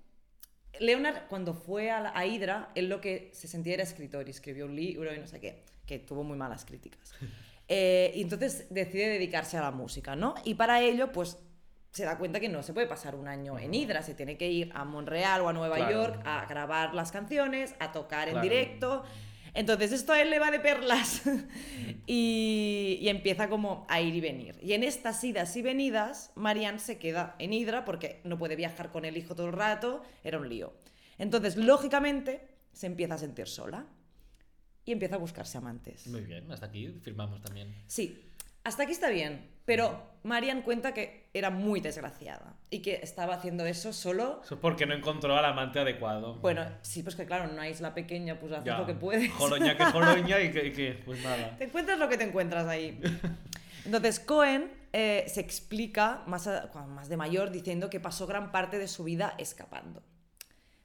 [SPEAKER 1] Leonard, cuando fue a, la- a Hydra, él lo que se sentía era escritor y escribió un libro y no sé qué, que tuvo muy malas críticas. Eh, y entonces decide dedicarse a la música, ¿no? Y para ello, pues se da cuenta que no se puede pasar un año en Hydra, se tiene que ir a Montreal o a Nueva
[SPEAKER 2] Claro.
[SPEAKER 1] York a grabar las canciones, a tocar en
[SPEAKER 2] Claro.
[SPEAKER 1] directo. Entonces esto a él le va de perlas y, y empieza como a ir y venir. Y en estas idas y venidas, Marianne se queda en Hydra porque no puede viajar con el hijo todo el rato, era un lío. Entonces, lógicamente, se empieza a sentir sola y empieza a buscarse amantes.
[SPEAKER 2] muy bien, hasta aquí firmamos también.
[SPEAKER 1] Sí, hasta aquí está bien, pero Marian cuenta que era muy desgraciada y que estaba haciendo eso solo.
[SPEAKER 2] Eso es porque no encontró al amante adecuado.
[SPEAKER 1] Bueno, sí, pues que claro, en una isla pequeña pues haces
[SPEAKER 2] Ya,
[SPEAKER 1] lo que puedes.
[SPEAKER 2] Joroña que joroña y que, y que, pues nada.
[SPEAKER 1] Te encuentras lo que te encuentras ahí. Entonces, Cohen eh, se explica más, a- cuando más de mayor diciendo que pasó gran parte de su vida escapando.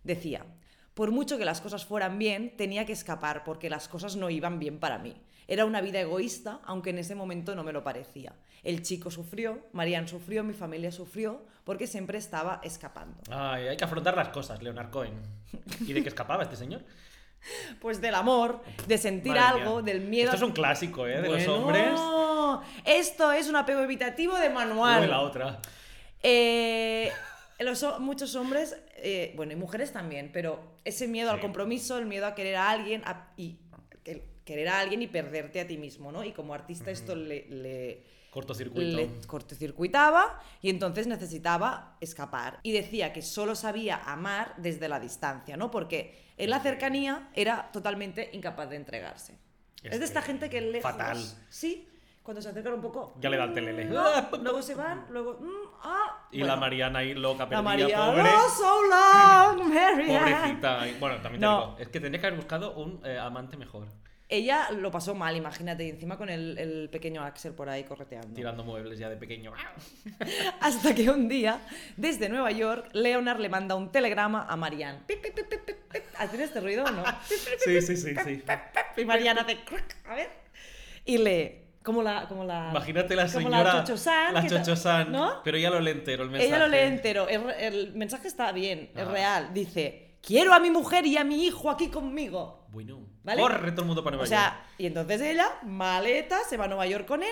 [SPEAKER 1] Decía, por mucho que las cosas fueran bien, tenía que escapar porque las cosas no iban bien para mí. Era una vida egoísta, aunque en ese momento no me lo parecía. El chico sufrió, Marian sufrió, mi familia sufrió, porque siempre estaba escapando.
[SPEAKER 2] Ay, hay que afrontar las cosas, Leonard Cohen. ¿Y de qué escapaba este señor?
[SPEAKER 1] Pues del amor, de sentir
[SPEAKER 2] Madre
[SPEAKER 1] algo,
[SPEAKER 2] mía.
[SPEAKER 1] del miedo.
[SPEAKER 2] Esto es un clásico, ¿eh? De los
[SPEAKER 1] Bueno,
[SPEAKER 2] hombres.
[SPEAKER 1] Esto es un apego evitativo de manual.
[SPEAKER 2] Luego la otra.
[SPEAKER 1] Eh, los ho- muchos hombres, eh, bueno, y mujeres también, pero ese miedo al
[SPEAKER 2] Sí.
[SPEAKER 1] compromiso, el miedo a querer a alguien a- y el querer a alguien y perderte a ti mismo, ¿no? Y como artista esto le, le-
[SPEAKER 2] Cortocircuito.
[SPEAKER 1] le cortocircuitaba y entonces necesitaba escapar. Y decía que solo sabía amar desde la distancia, ¿no? Porque en la cercanía era totalmente incapaz de entregarse. Es, de
[SPEAKER 2] que
[SPEAKER 1] esta gente que lejos...
[SPEAKER 2] Este, Fatal.
[SPEAKER 1] Sí. Cuando se acercan un poco...
[SPEAKER 2] Ya le da el telele.
[SPEAKER 1] mm, ah, luego se van, luego... mm, ah,
[SPEAKER 2] Y
[SPEAKER 1] bueno.
[SPEAKER 2] la Mariana ahí loca,
[SPEAKER 1] La
[SPEAKER 2] perdida,
[SPEAKER 1] María.
[SPEAKER 2] pobre.
[SPEAKER 1] "Oh, so long, Mary Ann".
[SPEAKER 2] Pobrecita. Y Bueno, también te
[SPEAKER 1] No.
[SPEAKER 2] digo, es que tendría que haber buscado un eh, amante mejor,
[SPEAKER 1] Ella lo pasó mal, imagínate, y encima con el, el pequeño Axel por ahí correteando.
[SPEAKER 2] tirando muebles ya de pequeño.
[SPEAKER 1] Hasta que un día, desde Nueva York, Leonard le manda un telegrama a Marianne. Pip, pip, pip, pip, pip, pip. ¿Hacen este ruido o no?
[SPEAKER 2] Sí, sí, sí, sí.
[SPEAKER 1] Y Marianne hace crack, a ver. Y lee, como la... Como la
[SPEAKER 2] Imagínate la
[SPEAKER 1] como
[SPEAKER 2] señora.
[SPEAKER 1] la Chocho-san,
[SPEAKER 2] la
[SPEAKER 1] que ta-
[SPEAKER 2] Chocho-san,
[SPEAKER 1] ¿No?
[SPEAKER 2] Pero ella lo lee entero el mensaje.
[SPEAKER 1] Ella lo lee entero. El, el mensaje está bien, es
[SPEAKER 2] Ah.
[SPEAKER 1] real. Dice, quiero a mi mujer y a mi hijo aquí conmigo.
[SPEAKER 2] Bueno.
[SPEAKER 1] ¿Vale?
[SPEAKER 2] Corre todo el mundo
[SPEAKER 1] O
[SPEAKER 2] para Nueva York.
[SPEAKER 1] sea, y entonces ella, maleta, se va a Nueva York con él.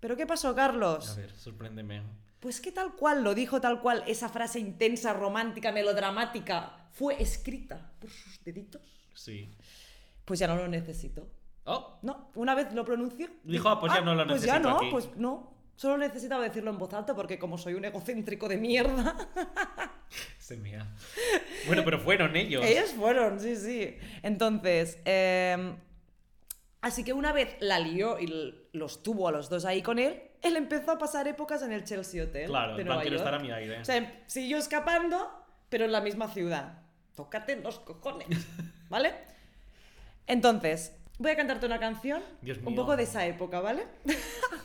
[SPEAKER 1] ¿Pero qué pasó,
[SPEAKER 2] A
[SPEAKER 1] Carlos?
[SPEAKER 2] ver, sorpréndeme.
[SPEAKER 1] Pues que tal cual lo dijo, tal cual, esa frase intensa, romántica, melodramática, fue escrita por sus deditos.
[SPEAKER 2] Sí.
[SPEAKER 1] Pues ya no lo necesito.
[SPEAKER 2] Oh,
[SPEAKER 1] No, una vez lo pronunció.
[SPEAKER 2] Dijo, "Ah, pues ya no lo
[SPEAKER 1] Pues ya
[SPEAKER 2] necesito
[SPEAKER 1] no,
[SPEAKER 2] aquí".
[SPEAKER 1] pues no. Solo necesitaba decirlo en voz alta porque como soy un egocéntrico de mierda,
[SPEAKER 2] se mea. Bueno, pero fueron ellos.
[SPEAKER 1] Ellos fueron, sí, sí. Entonces, eh, así que una vez la lió y l- los tuvo a los dos ahí con él, él empezó a pasar épocas en el Chelsea Hotel.
[SPEAKER 2] Claro,
[SPEAKER 1] de
[SPEAKER 2] en plan,
[SPEAKER 1] Nueva
[SPEAKER 2] quiero
[SPEAKER 1] York.
[SPEAKER 2] estar a mi aire.
[SPEAKER 1] O sea, em- siguió escapando, pero en la misma ciudad. Tócate los cojones, ¿vale? Entonces, voy a cantarte una canción,
[SPEAKER 2] Dios
[SPEAKER 1] un
[SPEAKER 2] mío.
[SPEAKER 1] poco de esa época, ¿vale?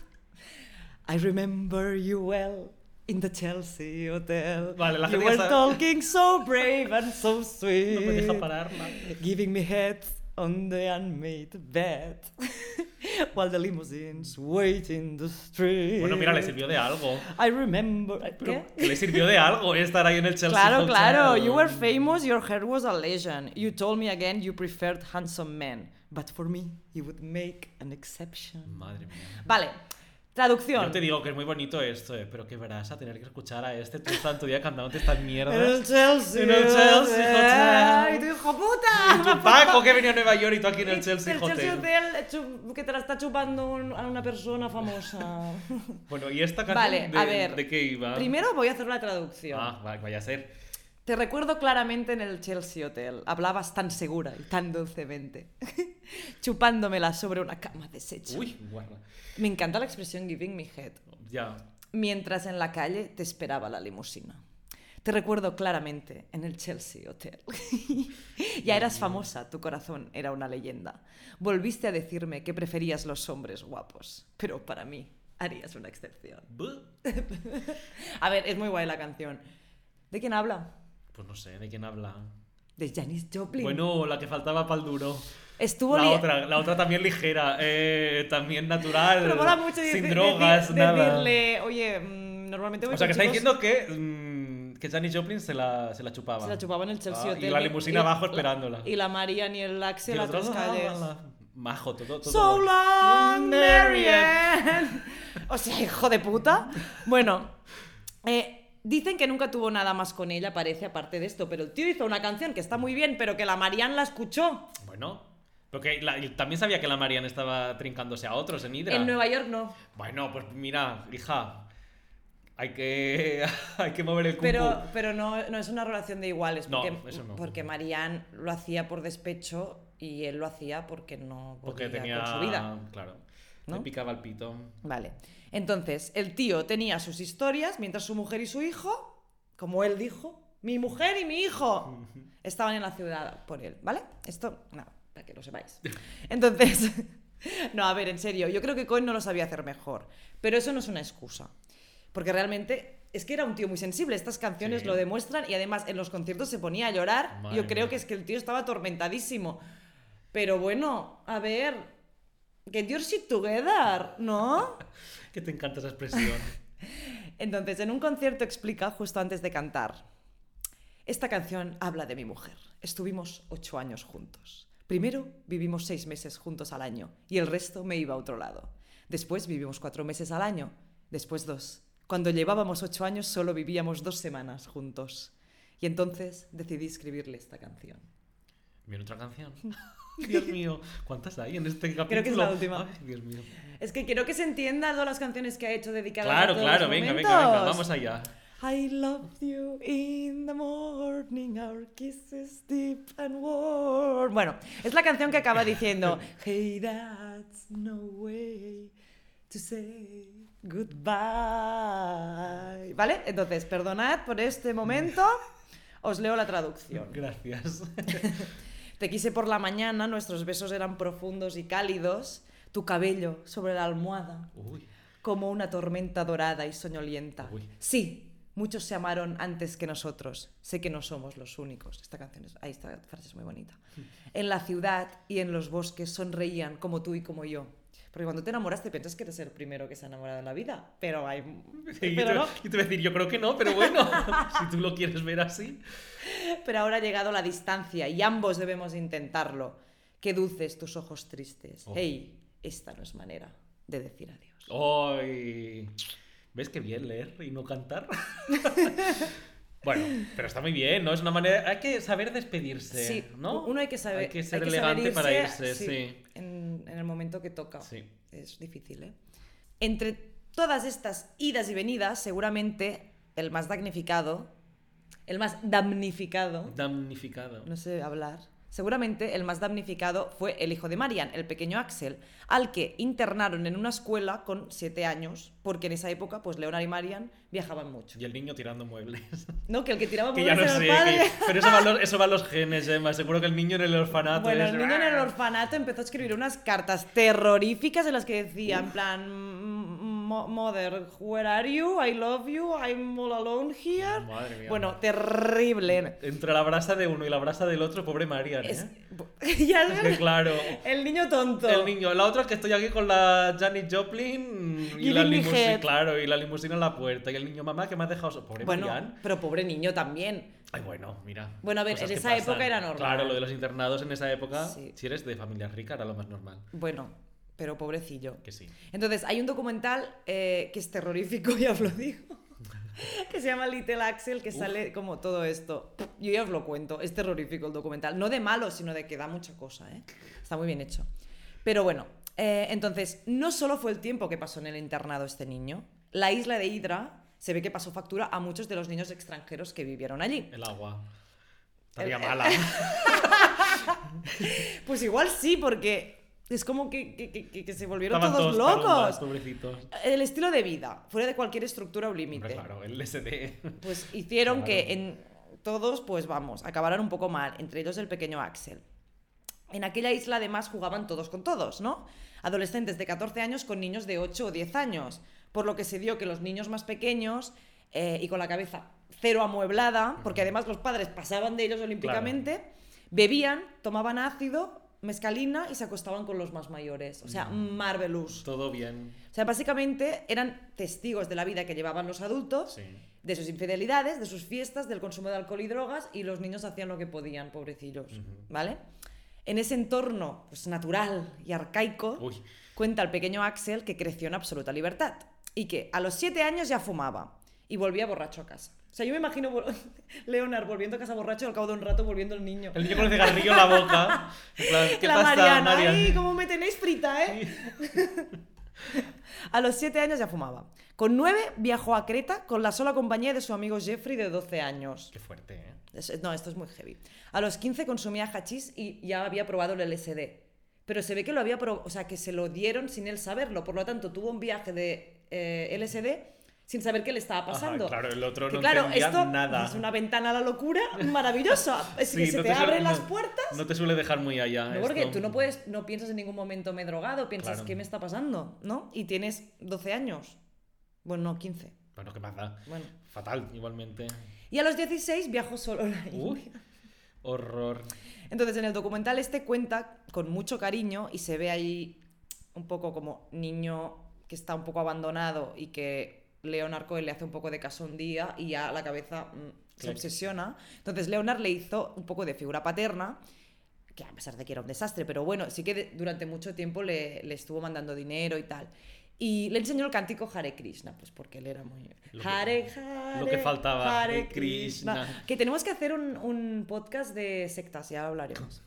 [SPEAKER 1] I remember you well in the Chelsea Hotel.
[SPEAKER 2] Vale, la
[SPEAKER 1] you
[SPEAKER 2] gente ya
[SPEAKER 1] were
[SPEAKER 2] sabe.
[SPEAKER 1] talking so brave and so
[SPEAKER 2] no
[SPEAKER 1] sweet.
[SPEAKER 2] me deja pararla.
[SPEAKER 1] Giving me heads on the unmade bed while the limousines wait in the street.
[SPEAKER 2] Bueno, mira, le sirvió de algo.
[SPEAKER 1] I remember.
[SPEAKER 2] Pero
[SPEAKER 1] ¿Qué?
[SPEAKER 2] que le sirvió de algo estar ahí en el Chelsea.
[SPEAKER 1] Claro,
[SPEAKER 2] Football
[SPEAKER 1] claro.
[SPEAKER 2] Club.
[SPEAKER 1] You were famous, your hair was a legend. You told me again you preferred handsome men. But for me, you would make an exception.
[SPEAKER 2] Madre mía.
[SPEAKER 1] Vale, traducción.
[SPEAKER 2] Mm. Yo te digo que es muy bonito esto, eh, pero que verás a tener que escuchar a este tu santo día cantándote estas mierdas.
[SPEAKER 1] En el Chelsea.
[SPEAKER 2] En el Chelsea Hotel.
[SPEAKER 1] Y tú, hijo puta.
[SPEAKER 2] Tu Paco que venía a Nueva York y tú aquí en el
[SPEAKER 1] Y
[SPEAKER 2] Chelsea
[SPEAKER 1] el
[SPEAKER 2] Hotel.
[SPEAKER 1] Chelsea Hotel eh, chu- que te la está chupando un- a una persona famosa.
[SPEAKER 2] Ah. Bueno, ¿y esta canción
[SPEAKER 1] Vale,
[SPEAKER 2] de,
[SPEAKER 1] a ver.
[SPEAKER 2] de qué iba?
[SPEAKER 1] Primero voy a hacer una traducción.
[SPEAKER 2] Ah, va- vaya a ser.
[SPEAKER 1] Te recuerdo claramente en el Chelsea Hotel. Hablabas tan segura y tan dulcemente, chupándomela sobre una cama deshecha.
[SPEAKER 2] Uy, guarda.
[SPEAKER 1] Me encanta la expresión giving me head.
[SPEAKER 2] Ya.
[SPEAKER 1] Mientras en la calle te esperaba la limusina. Te recuerdo claramente en el Chelsea Hotel. ya eras famosa, tu corazón era una leyenda. Volviste a decirme que preferías los hombres guapos, pero para mí harías una excepción.
[SPEAKER 2] Buh.
[SPEAKER 1] A ver, es muy guay la canción. ¿De quién habla?
[SPEAKER 2] Pues no sé, ¿de quién habla?
[SPEAKER 1] De Janis Joplin.
[SPEAKER 2] Bueno, la que faltaba para el duro.
[SPEAKER 1] Estuvo
[SPEAKER 2] La
[SPEAKER 1] li-
[SPEAKER 2] otra, la otra también ligera, eh, también natural,
[SPEAKER 1] Pero mola mucho
[SPEAKER 2] sin
[SPEAKER 1] deci-
[SPEAKER 2] drogas,
[SPEAKER 1] deci-
[SPEAKER 2] nada.
[SPEAKER 1] decirle, oye, mm, normalmente voy
[SPEAKER 2] O sea, que
[SPEAKER 1] con
[SPEAKER 2] está
[SPEAKER 1] chicos-
[SPEAKER 2] diciendo que, mm, que Janis Joplin se la, se la chupaba.
[SPEAKER 1] Se la chupaba en el Chelsea
[SPEAKER 2] Ah,
[SPEAKER 1] Hotel.
[SPEAKER 2] Y la
[SPEAKER 1] y-
[SPEAKER 2] limusina
[SPEAKER 1] y-
[SPEAKER 2] abajo esperándola.
[SPEAKER 1] Y la María ni el
[SPEAKER 2] Y
[SPEAKER 1] Axel
[SPEAKER 2] el
[SPEAKER 1] a
[SPEAKER 2] otro,
[SPEAKER 1] tres
[SPEAKER 2] ah,
[SPEAKER 1] calles.
[SPEAKER 2] la- Majo, todo. todo
[SPEAKER 1] So
[SPEAKER 2] guay. Mm,
[SPEAKER 1] long,
[SPEAKER 2] Mary
[SPEAKER 1] Marianne. O sea, hijo de puta. Bueno, eh, dicen que nunca tuvo nada más con ella, parece, aparte de esto. Pero el tío hizo una canción que está muy bien, pero que la Marianne la escuchó.
[SPEAKER 2] Bueno, porque la- y también sabía que la Marian estaba trincándose a otros en Hydra.
[SPEAKER 1] En Nueva York no.
[SPEAKER 2] Bueno, pues mira, hija, hay que, hay que mover el culo.
[SPEAKER 1] Pero, pero no, no es una relación de iguales.
[SPEAKER 2] No,
[SPEAKER 1] Porque,
[SPEAKER 2] eso no.
[SPEAKER 1] porque Marianne lo hacía por despecho y él lo hacía porque no
[SPEAKER 2] Porque
[SPEAKER 1] podía
[SPEAKER 2] tenía.
[SPEAKER 1] con su vida.
[SPEAKER 2] Claro.
[SPEAKER 1] ¿No?
[SPEAKER 2] Le picaba el pito.
[SPEAKER 1] Vale. Entonces, el tío tenía sus historias mientras su mujer y su hijo, como él dijo, mi mujer y mi hijo estaban en la ciudad por él, ¿vale? Esto, nada, para que lo sepáis. Entonces, no, a ver, en serio, yo creo que Cohen no lo sabía hacer mejor, pero eso no es una excusa, porque realmente es que era un tío muy sensible, estas canciones
[SPEAKER 2] Sí.
[SPEAKER 1] lo demuestran y además en los conciertos se ponía a llorar,
[SPEAKER 2] Madre
[SPEAKER 1] yo creo
[SPEAKER 2] mía.
[SPEAKER 1] que es que el tío estaba atormentadísimo, pero bueno, a ver, que Dios shit together, ¿no?
[SPEAKER 2] Que te encanta esa expresión.
[SPEAKER 1] Entonces, en un concierto explica justo antes de cantar, esta canción habla de mi mujer. Estuvimos ocho años juntos. Primero vivimos seis meses juntos al año y el resto me iba a otro lado. Después vivimos cuatro meses al año, después dos. Cuando llevábamos ocho años solo vivíamos dos semanas juntos. Y entonces decidí escribirle esta canción.
[SPEAKER 2] Mira otra canción. Dios mío, ¿cuántas hay en este capítulo?
[SPEAKER 1] Creo que es la última.
[SPEAKER 2] Ay, Dios mío.
[SPEAKER 1] Es que quiero que se entiendan todas las canciones que ha hecho dedicadas
[SPEAKER 2] Claro,
[SPEAKER 1] a todos
[SPEAKER 2] claro,
[SPEAKER 1] los
[SPEAKER 2] venga, venga,
[SPEAKER 1] momentos.
[SPEAKER 2] venga, vamos allá.
[SPEAKER 1] I loved you in the morning, our kisses deep and warm. Bueno, es la canción que acaba diciendo Hey, that's no way to say goodbye. ¿Vale? Entonces, perdonad por este momento. Os leo la traducción.
[SPEAKER 2] Gracias.
[SPEAKER 1] Te quise por la mañana, nuestros besos eran profundos y cálidos, tu cabello sobre la almohada
[SPEAKER 2] Uy,
[SPEAKER 1] como una tormenta dorada y soñolienta.
[SPEAKER 2] Uy.
[SPEAKER 1] Sí, muchos se amaron antes que nosotros. Sé que no somos los únicos. Esta canción es, ahí esta frase es muy bonita. En la ciudad y en los bosques sonreían como tú y como yo. Porque cuando te enamoraste pensas que eres el primero que se ha enamorado en la vida, pero hay
[SPEAKER 2] y
[SPEAKER 1] pero
[SPEAKER 2] te,
[SPEAKER 1] no.
[SPEAKER 2] y te voy a decir, yo creo que no, pero bueno, si tú lo quieres ver así.
[SPEAKER 1] Pero ahora ha llegado la distancia y ambos debemos intentarlo. Qué dulces tus ojos tristes.
[SPEAKER 2] Ojo.
[SPEAKER 1] Hey, esta no es manera de decir adiós.
[SPEAKER 2] Ay, ¿Ves qué bien leer y no cantar? bueno, pero está muy bien, ¿no? Es una manera. Hay que saber despedirse,
[SPEAKER 1] Sí,
[SPEAKER 2] ¿no?
[SPEAKER 1] uno hay que saber.
[SPEAKER 2] Hay que ser
[SPEAKER 1] hay que saber
[SPEAKER 2] elegante para
[SPEAKER 1] irse,
[SPEAKER 2] irse, sí.
[SPEAKER 1] En, en el momento que toca.
[SPEAKER 2] Sí.
[SPEAKER 1] Es difícil, ¿eh? Entre todas estas idas y venidas, seguramente el más damnificado, el más damnificado,
[SPEAKER 2] Damnificado.
[SPEAKER 1] no sé hablar, seguramente el más damnificado fue el hijo de Marian, el pequeño Axel, al que internaron en una escuela con siete años, porque en esa época, pues Leonard y Marian viajaban mucho.
[SPEAKER 2] Y el niño tirando muebles.
[SPEAKER 1] No, que el que tiraba
[SPEAKER 2] que ya no
[SPEAKER 1] muebles era
[SPEAKER 2] sé.
[SPEAKER 1] el padre.
[SPEAKER 2] que- Pero eso va, a los, eso va a los genes, Emma. Seguro que el niño en el orfanato.
[SPEAKER 1] Bueno,
[SPEAKER 2] es-
[SPEAKER 1] el niño en el orfanato empezó a escribir unas cartas terroríficas en las que decía, en plan, "Mm, mm, mo- mother, where are you? I love you, I'm all alone here.
[SPEAKER 2] Madre mía. ¿Eh?
[SPEAKER 1] Bueno, terrible.
[SPEAKER 2] Entre la brasa de uno y la brasa del otro, pobre Marian,
[SPEAKER 1] Es-
[SPEAKER 2] ¿eh?
[SPEAKER 1] ya
[SPEAKER 2] Es
[SPEAKER 1] es
[SPEAKER 2] que
[SPEAKER 1] verdad.
[SPEAKER 2] claro.
[SPEAKER 1] El niño tonto.
[SPEAKER 2] El niño, la otra es que estoy aquí con la Janis Joplin mm, y
[SPEAKER 1] Giving
[SPEAKER 2] la
[SPEAKER 1] me
[SPEAKER 2] limusina,
[SPEAKER 1] head.
[SPEAKER 2] claro, y la limusina en la puerta y el niño mamá que me has dejado, so-". pobre
[SPEAKER 1] bueno,
[SPEAKER 2] Marian.
[SPEAKER 1] pero pobre niño también.
[SPEAKER 2] Ay, bueno, mira.
[SPEAKER 1] Bueno, a ver,
[SPEAKER 2] cosas
[SPEAKER 1] en
[SPEAKER 2] que
[SPEAKER 1] esa época era normal.
[SPEAKER 2] Claro, lo de los internados en esa época,
[SPEAKER 1] Sí.
[SPEAKER 2] si eres de familia rica, era lo más normal.
[SPEAKER 1] Bueno, pero pobrecillo.
[SPEAKER 2] Que sí.
[SPEAKER 1] Entonces, hay un documental eh, que es terrorífico, ya os lo digo, que se llama Little Axel, que sale como todo esto. Yo ya os lo cuento, es terrorífico el documental. No de malo, sino de que da mucha cosa, ¿eh? Está muy bien hecho. Pero bueno, eh, entonces, no solo fue el tiempo que pasó en el internado este niño, la isla de Hydra se ve que pasó factura a muchos de los niños extranjeros que vivieron allí.
[SPEAKER 2] El agua. Estaría
[SPEAKER 1] eh,
[SPEAKER 2] mala.
[SPEAKER 1] Pues igual sí, porque es como que, que- que- que- que se volvieron
[SPEAKER 2] Estaban
[SPEAKER 1] todos
[SPEAKER 2] tarumbas,
[SPEAKER 1] locos.
[SPEAKER 2] Pobrecitos.
[SPEAKER 1] El estilo de vida, fuera de cualquier estructura o límite.
[SPEAKER 2] Hombre, claro, el SD.
[SPEAKER 1] pues hicieron
[SPEAKER 2] Claro.
[SPEAKER 1] que en todos, pues vamos, acabaran un poco mal, entre ellos el pequeño Axel. En aquella isla además jugaban todos con todos, ¿no? Adolescentes de 14 años con niños de 8 o 10 años, por lo que se dio que los niños más pequeños eh, y con la cabeza cero amueblada, porque además los padres pasaban de ellos olímpicamente, bebían, tomaban ácido, mezcalina y se acostaban con los más mayores. O sea, marvelous.
[SPEAKER 2] Todo bien.
[SPEAKER 1] O sea, básicamente eran testigos de la vida que llevaban los adultos
[SPEAKER 2] Sí.
[SPEAKER 1] de sus infidelidades, de sus fiestas, del consumo de alcohol y drogas, y los niños hacían lo que podían, pobrecillos, ¿vale? En ese entorno pues, natural y arcaico,
[SPEAKER 2] Uy.
[SPEAKER 1] cuenta el pequeño Axel que creció en absoluta libertad y que a los siete años ya fumaba y volvía borracho a casa. O sea, yo me imagino vol- Leonard volviendo a casa borracho y al cabo de un rato volviendo el niño.
[SPEAKER 2] El niño con el cigarrillo en la boca. En plan, ¿qué
[SPEAKER 1] la
[SPEAKER 2] pasa,
[SPEAKER 1] Mariana,
[SPEAKER 2] Marian?
[SPEAKER 1] ¡ay, cómo me tenéis frita, eh! A los 7 años ya fumaba. Con 9 viajó a Creta con la sola compañía de su amigo Jeffrey de 12 años.
[SPEAKER 2] Qué fuerte, ¿eh?
[SPEAKER 1] Es- No, esto es muy heavy. A los 15 consumía hachís y ya había probado el LSD. Pero se ve que lo había prob- o sea, que se lo dieron sin él saberlo. Por lo tanto, tuvo un viaje de eh, LSD sin saber qué le estaba
[SPEAKER 2] Ajá,
[SPEAKER 1] pasando.
[SPEAKER 2] claro, el otro
[SPEAKER 1] Que
[SPEAKER 2] no
[SPEAKER 1] claro,
[SPEAKER 2] entendía
[SPEAKER 1] esto
[SPEAKER 2] nada.
[SPEAKER 1] es una ventana a la locura maravillosa. Es que
[SPEAKER 2] Sí,
[SPEAKER 1] se
[SPEAKER 2] no
[SPEAKER 1] te,
[SPEAKER 2] suele-
[SPEAKER 1] abren las
[SPEAKER 2] no-
[SPEAKER 1] puertas.
[SPEAKER 2] No te suele dejar muy allá.
[SPEAKER 1] No, porque
[SPEAKER 2] Ah, esto.
[SPEAKER 1] tú no puedes, no piensas en ningún momento me he drogado, piensas
[SPEAKER 2] Claro.
[SPEAKER 1] qué me está pasando, ¿no? Y tienes 12 años. Bueno, no, 15.
[SPEAKER 2] Bueno, ¿qué pasa?
[SPEAKER 1] Bueno.
[SPEAKER 2] Fatal, igualmente.
[SPEAKER 1] Y a los 16 viajó solo a la India.
[SPEAKER 2] Uy, horror.
[SPEAKER 1] Entonces, en el documental este cuenta con mucho cariño y se ve ahí un poco como niño que está un poco abandonado y que Leonard Cohen le hace un poco de caso un día y ya la cabeza mm, se
[SPEAKER 2] Claro.
[SPEAKER 1] obsesiona. Entonces, Leonard le hizo un poco de figura paterna, que a pesar de que era un desastre, pero bueno, sí que de- durante mucho tiempo le, le estuvo mandando dinero y tal. Y le enseñó el cántico Hare Krishna, pues porque él era muy...
[SPEAKER 2] Lo que-
[SPEAKER 1] Hare,
[SPEAKER 2] lo que
[SPEAKER 1] Hare,
[SPEAKER 2] faltaba, Hare Krishna.
[SPEAKER 1] Que tenemos que hacer un, un podcast de sectas, ya hablaremos.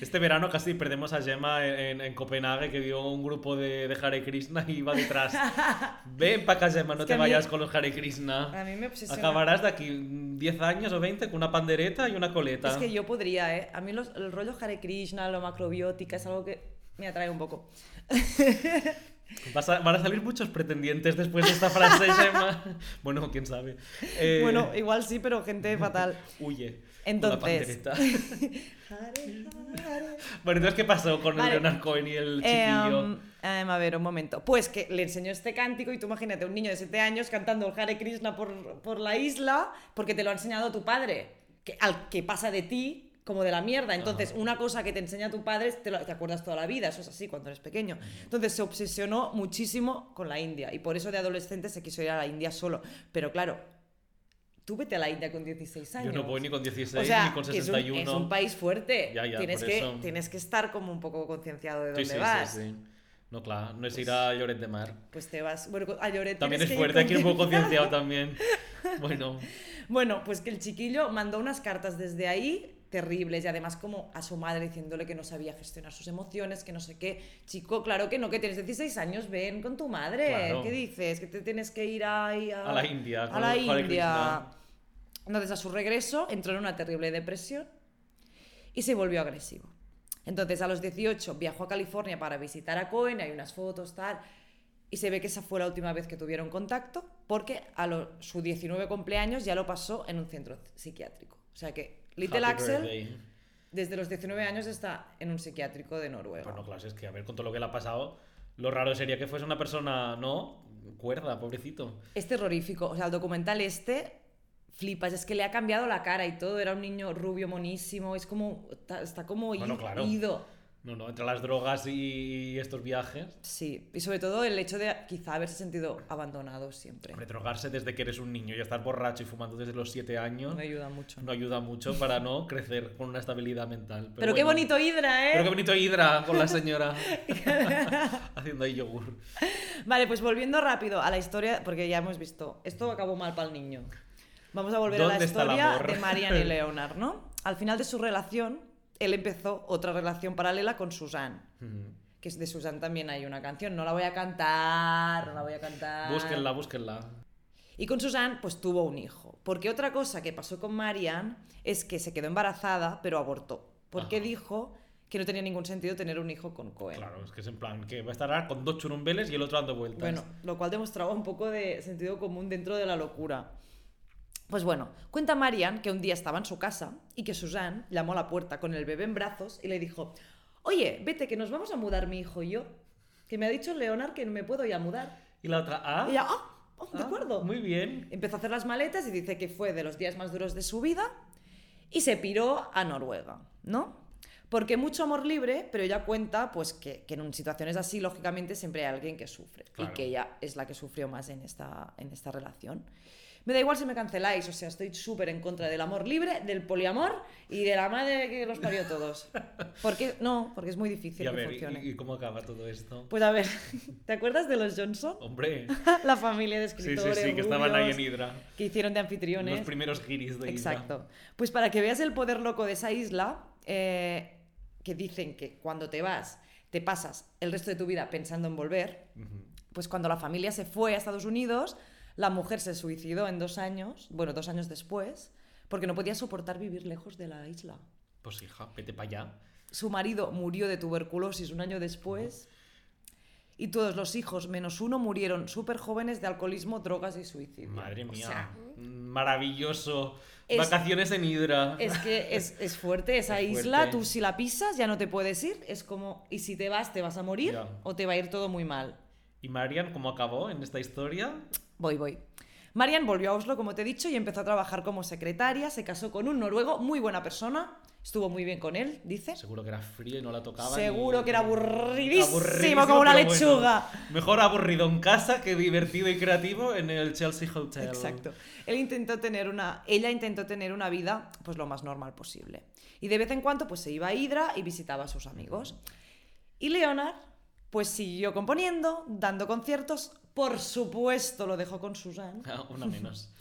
[SPEAKER 2] Este verano casi perdemos a Gemma en, en Copenhague, que vio un grupo de, de Hare Krishna y iba detrás. Ven para acá, Gemma, no
[SPEAKER 1] Es que
[SPEAKER 2] te
[SPEAKER 1] a mí-
[SPEAKER 2] vayas con los Hare
[SPEAKER 1] A
[SPEAKER 2] Krishna.
[SPEAKER 1] mí me obsesiona.
[SPEAKER 2] Acabarás de aquí 10 años o 20 con una pandereta y una coleta.
[SPEAKER 1] Es que yo podría, ¿eh? A mí los- el rollo Hare Krishna, lo macrobiótica, es algo que me atrae un poco.
[SPEAKER 2] Vas a- van a salir muchos pretendientes después de esta frase, Gemma. Bueno, quién sabe. Eh,
[SPEAKER 1] Bueno, igual sí, pero gente fatal.
[SPEAKER 2] Huye.
[SPEAKER 1] Entonces-
[SPEAKER 2] Con la pandereta. Bueno, entonces, ¿qué pasó con
[SPEAKER 1] Vale.
[SPEAKER 2] el Leonard Cohen y el
[SPEAKER 1] Eh,
[SPEAKER 2] chiquillo?
[SPEAKER 1] um, em, a ver, un momento. Pues que le enseñó este cántico y tú imagínate un niño de 7 años cantando el Hare Krishna por, por la isla porque te lo ha enseñado tu padre, que, al que pasa de ti como de la mierda. Entonces, una cosa que te enseña tu padre te, lo- te acuerdas toda la vida, eso es así cuando eres pequeño. Entonces se obsesionó muchísimo con la India y por eso de adolescente se quiso ir a la India solo. Pero claro, tú vete a la India con 16
[SPEAKER 2] Yo
[SPEAKER 1] años.
[SPEAKER 2] no voy ni con 16
[SPEAKER 1] O sea,
[SPEAKER 2] ni con
[SPEAKER 1] que es un-
[SPEAKER 2] 61.
[SPEAKER 1] es, un, país fuerte.
[SPEAKER 2] Ya, ya,
[SPEAKER 1] tienes,
[SPEAKER 2] por
[SPEAKER 1] que,
[SPEAKER 2] eso.
[SPEAKER 1] tienes que estar como un poco concienciado de
[SPEAKER 2] Sí,
[SPEAKER 1] dónde
[SPEAKER 2] sí, sí,
[SPEAKER 1] vas.
[SPEAKER 2] sí. No, claro, no es ir a Lloret de Mar.
[SPEAKER 1] Pues te vas. Bueno, a Lloret
[SPEAKER 2] También
[SPEAKER 1] tienes
[SPEAKER 2] es
[SPEAKER 1] que ir
[SPEAKER 2] fuerte, aquí un poco
[SPEAKER 1] concienciado.
[SPEAKER 2] concienciado también. Bueno,
[SPEAKER 1] Bueno, pues que el chiquillo mandó unas cartas desde ahí terribles y además como a su madre diciéndole que no sabía gestionar sus emociones, que no sé qué. Chico, claro que no, que tienes 16 años, ven con tu madre.
[SPEAKER 2] Claro.
[SPEAKER 1] ¿Qué dices? Que te tienes que ir ahí a,
[SPEAKER 2] A la India,
[SPEAKER 1] A
[SPEAKER 2] con
[SPEAKER 1] la
[SPEAKER 2] Hare
[SPEAKER 1] India.
[SPEAKER 2] Krishna.
[SPEAKER 1] Entonces, a su regreso, entró en una terrible depresión y se volvió agresivo. Entonces, a los 18 viajó a California para visitar a Cohen, hay unas fotos, tal, y se ve que esa fue la última vez que tuvieron contacto, porque a lo- su 19 cumpleaños ya lo pasó en un centro psiquiátrico. O sea que Little
[SPEAKER 2] Happy
[SPEAKER 1] Axel,
[SPEAKER 2] birthday.
[SPEAKER 1] desde los 19 años, está en un psiquiátrico de Noruega.
[SPEAKER 2] Pues Bueno, claro, si es que a ver con todo lo que le ha pasado, Lo raro sería que fuese una persona, no, cuerda, pobrecito.
[SPEAKER 1] Es terrorífico. O sea, el documental este, flipas, es que le ha cambiado la cara y todo. Era un niño rubio, monísimo. Es como, está, está como
[SPEAKER 2] Bueno,
[SPEAKER 1] ido-
[SPEAKER 2] claro.
[SPEAKER 1] ido.
[SPEAKER 2] No, no, entre las drogas y estos viajes.
[SPEAKER 1] Sí, y sobre todo el hecho de quizá haberse sentido abandonado siempre.
[SPEAKER 2] Hombre, drogarse desde que eres un niño y estar borracho y fumando desde los 7 años
[SPEAKER 1] Me ayuda mucho.
[SPEAKER 2] no ayuda mucho para no crecer con una estabilidad mental.
[SPEAKER 1] pero qué
[SPEAKER 2] bueno.
[SPEAKER 1] bonito Hydra, ¿eh?
[SPEAKER 2] Pero qué bonito Hidra con la señora haciendo ahí yogur.
[SPEAKER 1] Vale, pues volviendo rápido a la historia, porque ya hemos visto, esto acabó mal para el niño. Vamos a volver a la
[SPEAKER 2] ¿Dónde está el
[SPEAKER 1] historia
[SPEAKER 2] amor?
[SPEAKER 1] de Marianne y Leonard, ¿no? Al final de su relación, él empezó otra relación paralela con Suzanne.
[SPEAKER 2] Mm.
[SPEAKER 1] Que es- de Suzanne también hay una canción, no la voy a cantar, no la voy a cantar.
[SPEAKER 2] Búsquenla, búsquenla.
[SPEAKER 1] Y con Suzanne, pues tuvo un hijo. Porque otra cosa que pasó con Marianne es que se quedó embarazada, pero abortó. Porque
[SPEAKER 2] Ajá.
[SPEAKER 1] dijo que no tenía ningún sentido tener un hijo con Cohen.
[SPEAKER 2] Claro, es que es en plan que va a estar ahora con dos churumbeles y el otro dando vueltas.
[SPEAKER 1] Bueno, lo cual demostraba un poco de sentido común dentro de la locura. Pues bueno, cuenta Marian que un día estaba en su casa y que Suzanne llamó a la puerta con el bebé en brazos y le dijo, oye, vete, que nos vamos a mudar mi hijo y yo, que me ha dicho Leonard que me puedo ya mudar.
[SPEAKER 2] Y la otra, ah,
[SPEAKER 1] Y ella, ah, ah, de
[SPEAKER 2] ah,
[SPEAKER 1] acuerdo.
[SPEAKER 2] Muy bien.
[SPEAKER 1] Empezó a hacer las maletas y dice que fue de los días más duros de su vida y se piró a Noruega, ¿no? Porque mucho amor libre, pero ella cuenta pues que, que en situaciones así, lógicamente, siempre hay alguien que sufre
[SPEAKER 2] Claro.
[SPEAKER 1] y que ella es la que sufrió más en esta, en esta relación. Me da igual si me canceláis, o sea, estoy súper en contra del amor libre, del poliamor y de la madre que los parió todos. Porque no, porque es muy difícil
[SPEAKER 2] Y a
[SPEAKER 1] que
[SPEAKER 2] ver,
[SPEAKER 1] funcione.
[SPEAKER 2] ¿y, y cómo acaba todo esto?
[SPEAKER 1] Pues a ver, ¿te acuerdas de los Johnson?
[SPEAKER 2] Hombre,
[SPEAKER 1] la familia de
[SPEAKER 2] sí,
[SPEAKER 1] escritores
[SPEAKER 2] sí, sí, que estaban ahí
[SPEAKER 1] rubios
[SPEAKER 2] en Hidra.
[SPEAKER 1] que hicieron de
[SPEAKER 2] Los
[SPEAKER 1] anfitriones.
[SPEAKER 2] primeros giris de Hidra.
[SPEAKER 1] Exacto. Pues para que veas el poder loco de esa isla, eh, que dicen que cuando te vas, te pasas el resto de tu vida pensando en volver,
[SPEAKER 2] Ujú.
[SPEAKER 1] pues cuando la familia se fue a Estados Unidos, la mujer se suicidó en dos años, bueno, dos años después, porque no podía soportar vivir lejos de la isla.
[SPEAKER 2] Pues hija, vete para allá.
[SPEAKER 1] Su marido murió de tuberculosis un año después. Y todos los hijos, menos uno, murieron súper jóvenes de alcoholismo, drogas y suicidio.
[SPEAKER 2] Madre
[SPEAKER 1] O
[SPEAKER 2] mía.
[SPEAKER 1] sea,
[SPEAKER 2] Maravilloso.
[SPEAKER 1] Es-
[SPEAKER 2] Vacaciones en Hidra.
[SPEAKER 1] Es que es, es fuerte esa
[SPEAKER 2] Es
[SPEAKER 1] isla,
[SPEAKER 2] fuerte.
[SPEAKER 1] tú si la pisas ya no te puedes ir, es como, y si te vas te vas a morir
[SPEAKER 2] Ya.
[SPEAKER 1] o te va a ir todo muy mal.
[SPEAKER 2] ¿Y Marian cómo acabó en esta historia?
[SPEAKER 1] Voy, voy. Marian volvió a Oslo, como te he dicho, y empezó a trabajar como secretaria, se casó con un noruego, muy buena persona, estuvo muy bien con él, dice.
[SPEAKER 2] Seguro que era frío y no la tocaba.
[SPEAKER 1] Seguro
[SPEAKER 2] ni-
[SPEAKER 1] que era aburridísimo,
[SPEAKER 2] Aburridísimo,
[SPEAKER 1] como una
[SPEAKER 2] pero bueno.
[SPEAKER 1] lechuga.
[SPEAKER 2] mejor aburrido en casa que divertido y creativo en el Chelsea Hotel.
[SPEAKER 1] Exacto. Él intentó tener una, ella intentó tener una vida pues lo más normal posible. Y de vez en cuando pues se iba a Hydra y visitaba a sus amigos. Y Leonard pues siguió componiendo, dando conciertos, por supuesto lo dejó con Susan.
[SPEAKER 2] Ah, Una menos.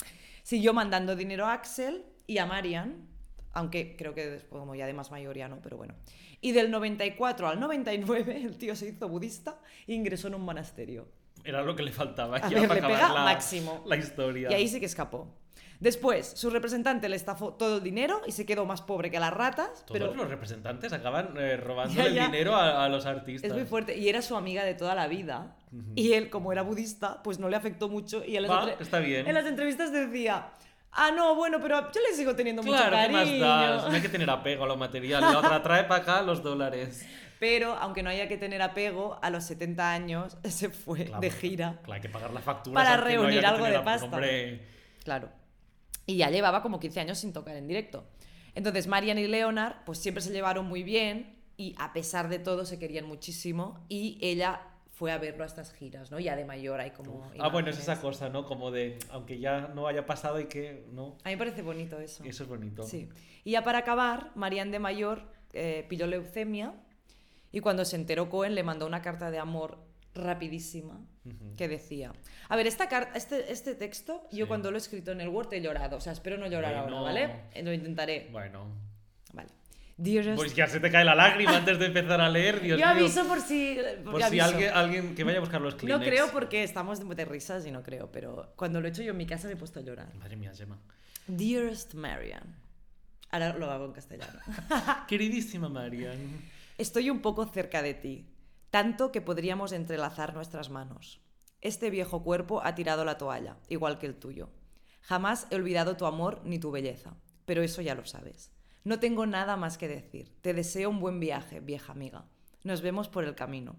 [SPEAKER 1] Siguió mandando dinero a Axel y a Marian, aunque creo que después como ya de más mayoría no, pero bueno. Y del 94 al 99 el tío se hizo budista e ingresó en un monasterio.
[SPEAKER 2] Era lo que le faltaba.
[SPEAKER 1] A
[SPEAKER 2] ya
[SPEAKER 1] ver,
[SPEAKER 2] para
[SPEAKER 1] le
[SPEAKER 2] acabar
[SPEAKER 1] pega
[SPEAKER 2] la,
[SPEAKER 1] máximo.
[SPEAKER 2] La historia.
[SPEAKER 1] Y ahí sí que escapó. Después, su representante le estafó todo el dinero y se quedó más pobre que las ratas,
[SPEAKER 2] Todos
[SPEAKER 1] pero
[SPEAKER 2] los representantes acaban eh, robando
[SPEAKER 1] Ya,
[SPEAKER 2] el
[SPEAKER 1] ya.
[SPEAKER 2] dinero a, a los artistas.
[SPEAKER 1] es muy fuerte. Y era su amiga de toda la vida. Y él, como era budista, pues no le afectó mucho. Y en las,
[SPEAKER 2] Va,
[SPEAKER 1] entre-
[SPEAKER 2] está bien.
[SPEAKER 1] en las entrevistas decía, ah, no, bueno, pero yo le sigo teniendo mucho
[SPEAKER 2] Claro, ¿qué más das? No
[SPEAKER 1] cariño.
[SPEAKER 2] hay que tener apego a lo material. La otra trae para acá los dólares.
[SPEAKER 1] Pero, aunque no haya que tener apego, a los 70 años se fue
[SPEAKER 2] Claro,
[SPEAKER 1] de gira.
[SPEAKER 2] Claro, hay que pagar las facturas.
[SPEAKER 1] Para
[SPEAKER 2] aunque no haya
[SPEAKER 1] reunir
[SPEAKER 2] que
[SPEAKER 1] algo
[SPEAKER 2] tener
[SPEAKER 1] de
[SPEAKER 2] apego,
[SPEAKER 1] pasta.
[SPEAKER 2] Hombre,
[SPEAKER 1] Claro. Y ya llevaba como 15 años sin tocar en directo. Entonces, Marian y Leonard, pues siempre se llevaron muy bien y a pesar de todo se querían muchísimo y ella fue a verlo a estas giras, ¿no? Ya de mayor hay como...
[SPEAKER 2] Ah, bueno, es
[SPEAKER 1] imágenes.
[SPEAKER 2] esa cosa, ¿no? Como de, aunque ya no haya pasado y que, ¿no?
[SPEAKER 1] A mí me parece bonito eso.
[SPEAKER 2] Eso es bonito.
[SPEAKER 1] Sí. Y ya para acabar, Marian de mayor eh, pilló leucemia y cuando se enteró Cohen le mandó una carta de amor rapidísima
[SPEAKER 2] Ujú.
[SPEAKER 1] que decía... A ver, esta carta, este, este texto, yo
[SPEAKER 2] Sí.
[SPEAKER 1] cuando lo he escrito en el Word he llorado, o sea, espero no llorar
[SPEAKER 2] Bueno.
[SPEAKER 1] ahora, ¿vale? Eh, Lo intentaré.
[SPEAKER 2] Bueno.
[SPEAKER 1] Vale. Dearest-
[SPEAKER 2] Pues ya se te cae la lágrima antes de empezar a leer, Dios
[SPEAKER 1] yo
[SPEAKER 2] mío.
[SPEAKER 1] aviso por si. yo
[SPEAKER 2] Por si
[SPEAKER 1] aviso.
[SPEAKER 2] alguien, alguien que vaya a buscar los
[SPEAKER 1] No
[SPEAKER 2] Kleenex.
[SPEAKER 1] creo porque estamos de risas y no creo, pero cuando lo he hecho yo en mi casa me he puesto a llorar.
[SPEAKER 2] Madre mía, Gemma.
[SPEAKER 1] Dearest Marian. Ahora lo hago en castellano. Ah.
[SPEAKER 2] Queridísima Marian.
[SPEAKER 1] Estoy un poco cerca de ti, tanto que podríamos entrelazar nuestras manos. Este viejo cuerpo ha tirado la toalla, igual que el tuyo. Jamás he olvidado tu amor ni tu belleza, pero eso ya lo sabes. No tengo nada más que decir. Te deseo un buen viaje, vieja amiga. Nos vemos por el camino.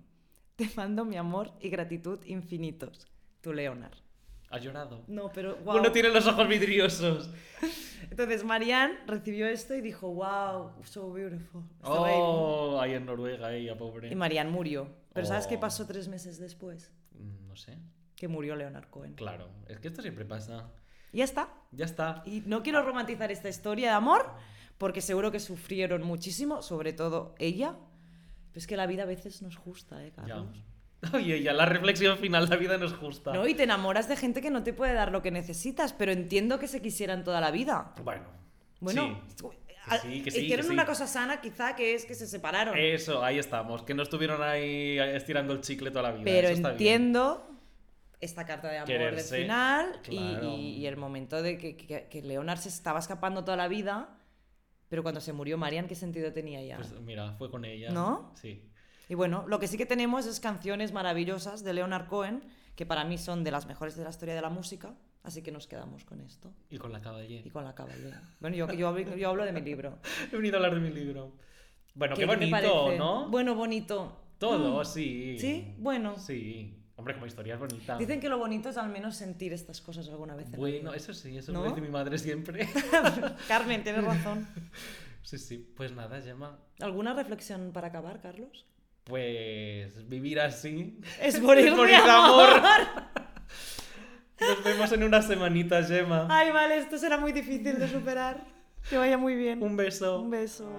[SPEAKER 1] Te mando mi amor y gratitud infinitos. Tu Leonard.
[SPEAKER 2] Ha llorado.
[SPEAKER 1] No, pero wow.
[SPEAKER 2] Uno tiene los ojos vidriosos.
[SPEAKER 1] Entonces Marianne recibió esto y dijo, wow, so beautiful. Estaba ahí.
[SPEAKER 2] Oh, ahí en Noruega, ella, pobre.
[SPEAKER 1] Y Marianne murió. Pero ¿sabes qué
[SPEAKER 2] Oh.
[SPEAKER 1] pasó tres meses después?
[SPEAKER 2] Mm, No sé.
[SPEAKER 1] Que murió Leonard Cohen.
[SPEAKER 2] Claro, es que esto siempre pasa.
[SPEAKER 1] Y ya está.
[SPEAKER 2] Ya está.
[SPEAKER 1] Y no quiero romantizar esta historia de amor, porque seguro que sufrieron muchísimo, sobre todo ella. Pero es que la vida a veces no es justa, ¿eh,
[SPEAKER 2] Ya.
[SPEAKER 1] Carlos?
[SPEAKER 2] Oye, ya la reflexión final, la vida no es justa.
[SPEAKER 1] No, y te enamoras de gente que no te puede dar lo que necesitas, pero entiendo que se quisieran toda la vida.
[SPEAKER 2] Bueno.
[SPEAKER 1] Bueno,
[SPEAKER 2] sí.
[SPEAKER 1] a-
[SPEAKER 2] sí, que sí,
[SPEAKER 1] hicieron
[SPEAKER 2] que sí. Eh,
[SPEAKER 1] una cosa sana quizá, que es que se separaron.
[SPEAKER 2] Eso, ahí estamos. Que no estuvieron ahí estirando el chicle toda la vida.
[SPEAKER 1] pero
[SPEAKER 2] eso está bien.
[SPEAKER 1] entiendo esta carta de amor
[SPEAKER 2] Quererse,
[SPEAKER 1] del final y-
[SPEAKER 2] claro.
[SPEAKER 1] y, y el momento de que, que, que Leonard se estaba escapando toda la vida, pero cuando se murió Marian, ¿qué sentido tenía ya?
[SPEAKER 2] Pues mira, fue con ella.
[SPEAKER 1] ¿No?
[SPEAKER 2] Sí.
[SPEAKER 1] Y bueno, lo que sí que tenemos es canciones maravillosas de Leonard Cohen, que para mí son de las mejores de la historia de la música, así que nos quedamos con esto
[SPEAKER 2] Y con la caballera.
[SPEAKER 1] y con la caballera. Bueno, yo, yo, hablo- yo hablo de mi libro.
[SPEAKER 2] He venido a hablar de mi libro. Bueno, qué,
[SPEAKER 1] ¿Qué te
[SPEAKER 2] bonito,
[SPEAKER 1] parece?
[SPEAKER 2] ¿no?
[SPEAKER 1] Bueno, bonito.
[SPEAKER 2] Todo, sí.
[SPEAKER 1] Sí, bueno.
[SPEAKER 2] Sí. Hombre, como historia es bonita.
[SPEAKER 1] Dicen que lo bonito es al menos sentir estas cosas alguna vez. en la
[SPEAKER 2] Ah. Bueno,
[SPEAKER 1] vida.
[SPEAKER 2] eso sí, eso
[SPEAKER 1] ¿No?
[SPEAKER 2] me dice mi madre siempre.
[SPEAKER 1] Carmen, tienes razón.
[SPEAKER 2] sí, sí. Pues nada, Gemma.
[SPEAKER 1] ¿Alguna reflexión para acabar, Carlos?
[SPEAKER 2] Pues vivir así.
[SPEAKER 1] Es morir, de
[SPEAKER 2] morir de
[SPEAKER 1] amor.
[SPEAKER 2] Nos vemos en una semanita, Gemma.
[SPEAKER 1] Ay, vale, esto será muy difícil de superar. Que vaya muy bien.
[SPEAKER 2] Un beso.
[SPEAKER 1] Un beso.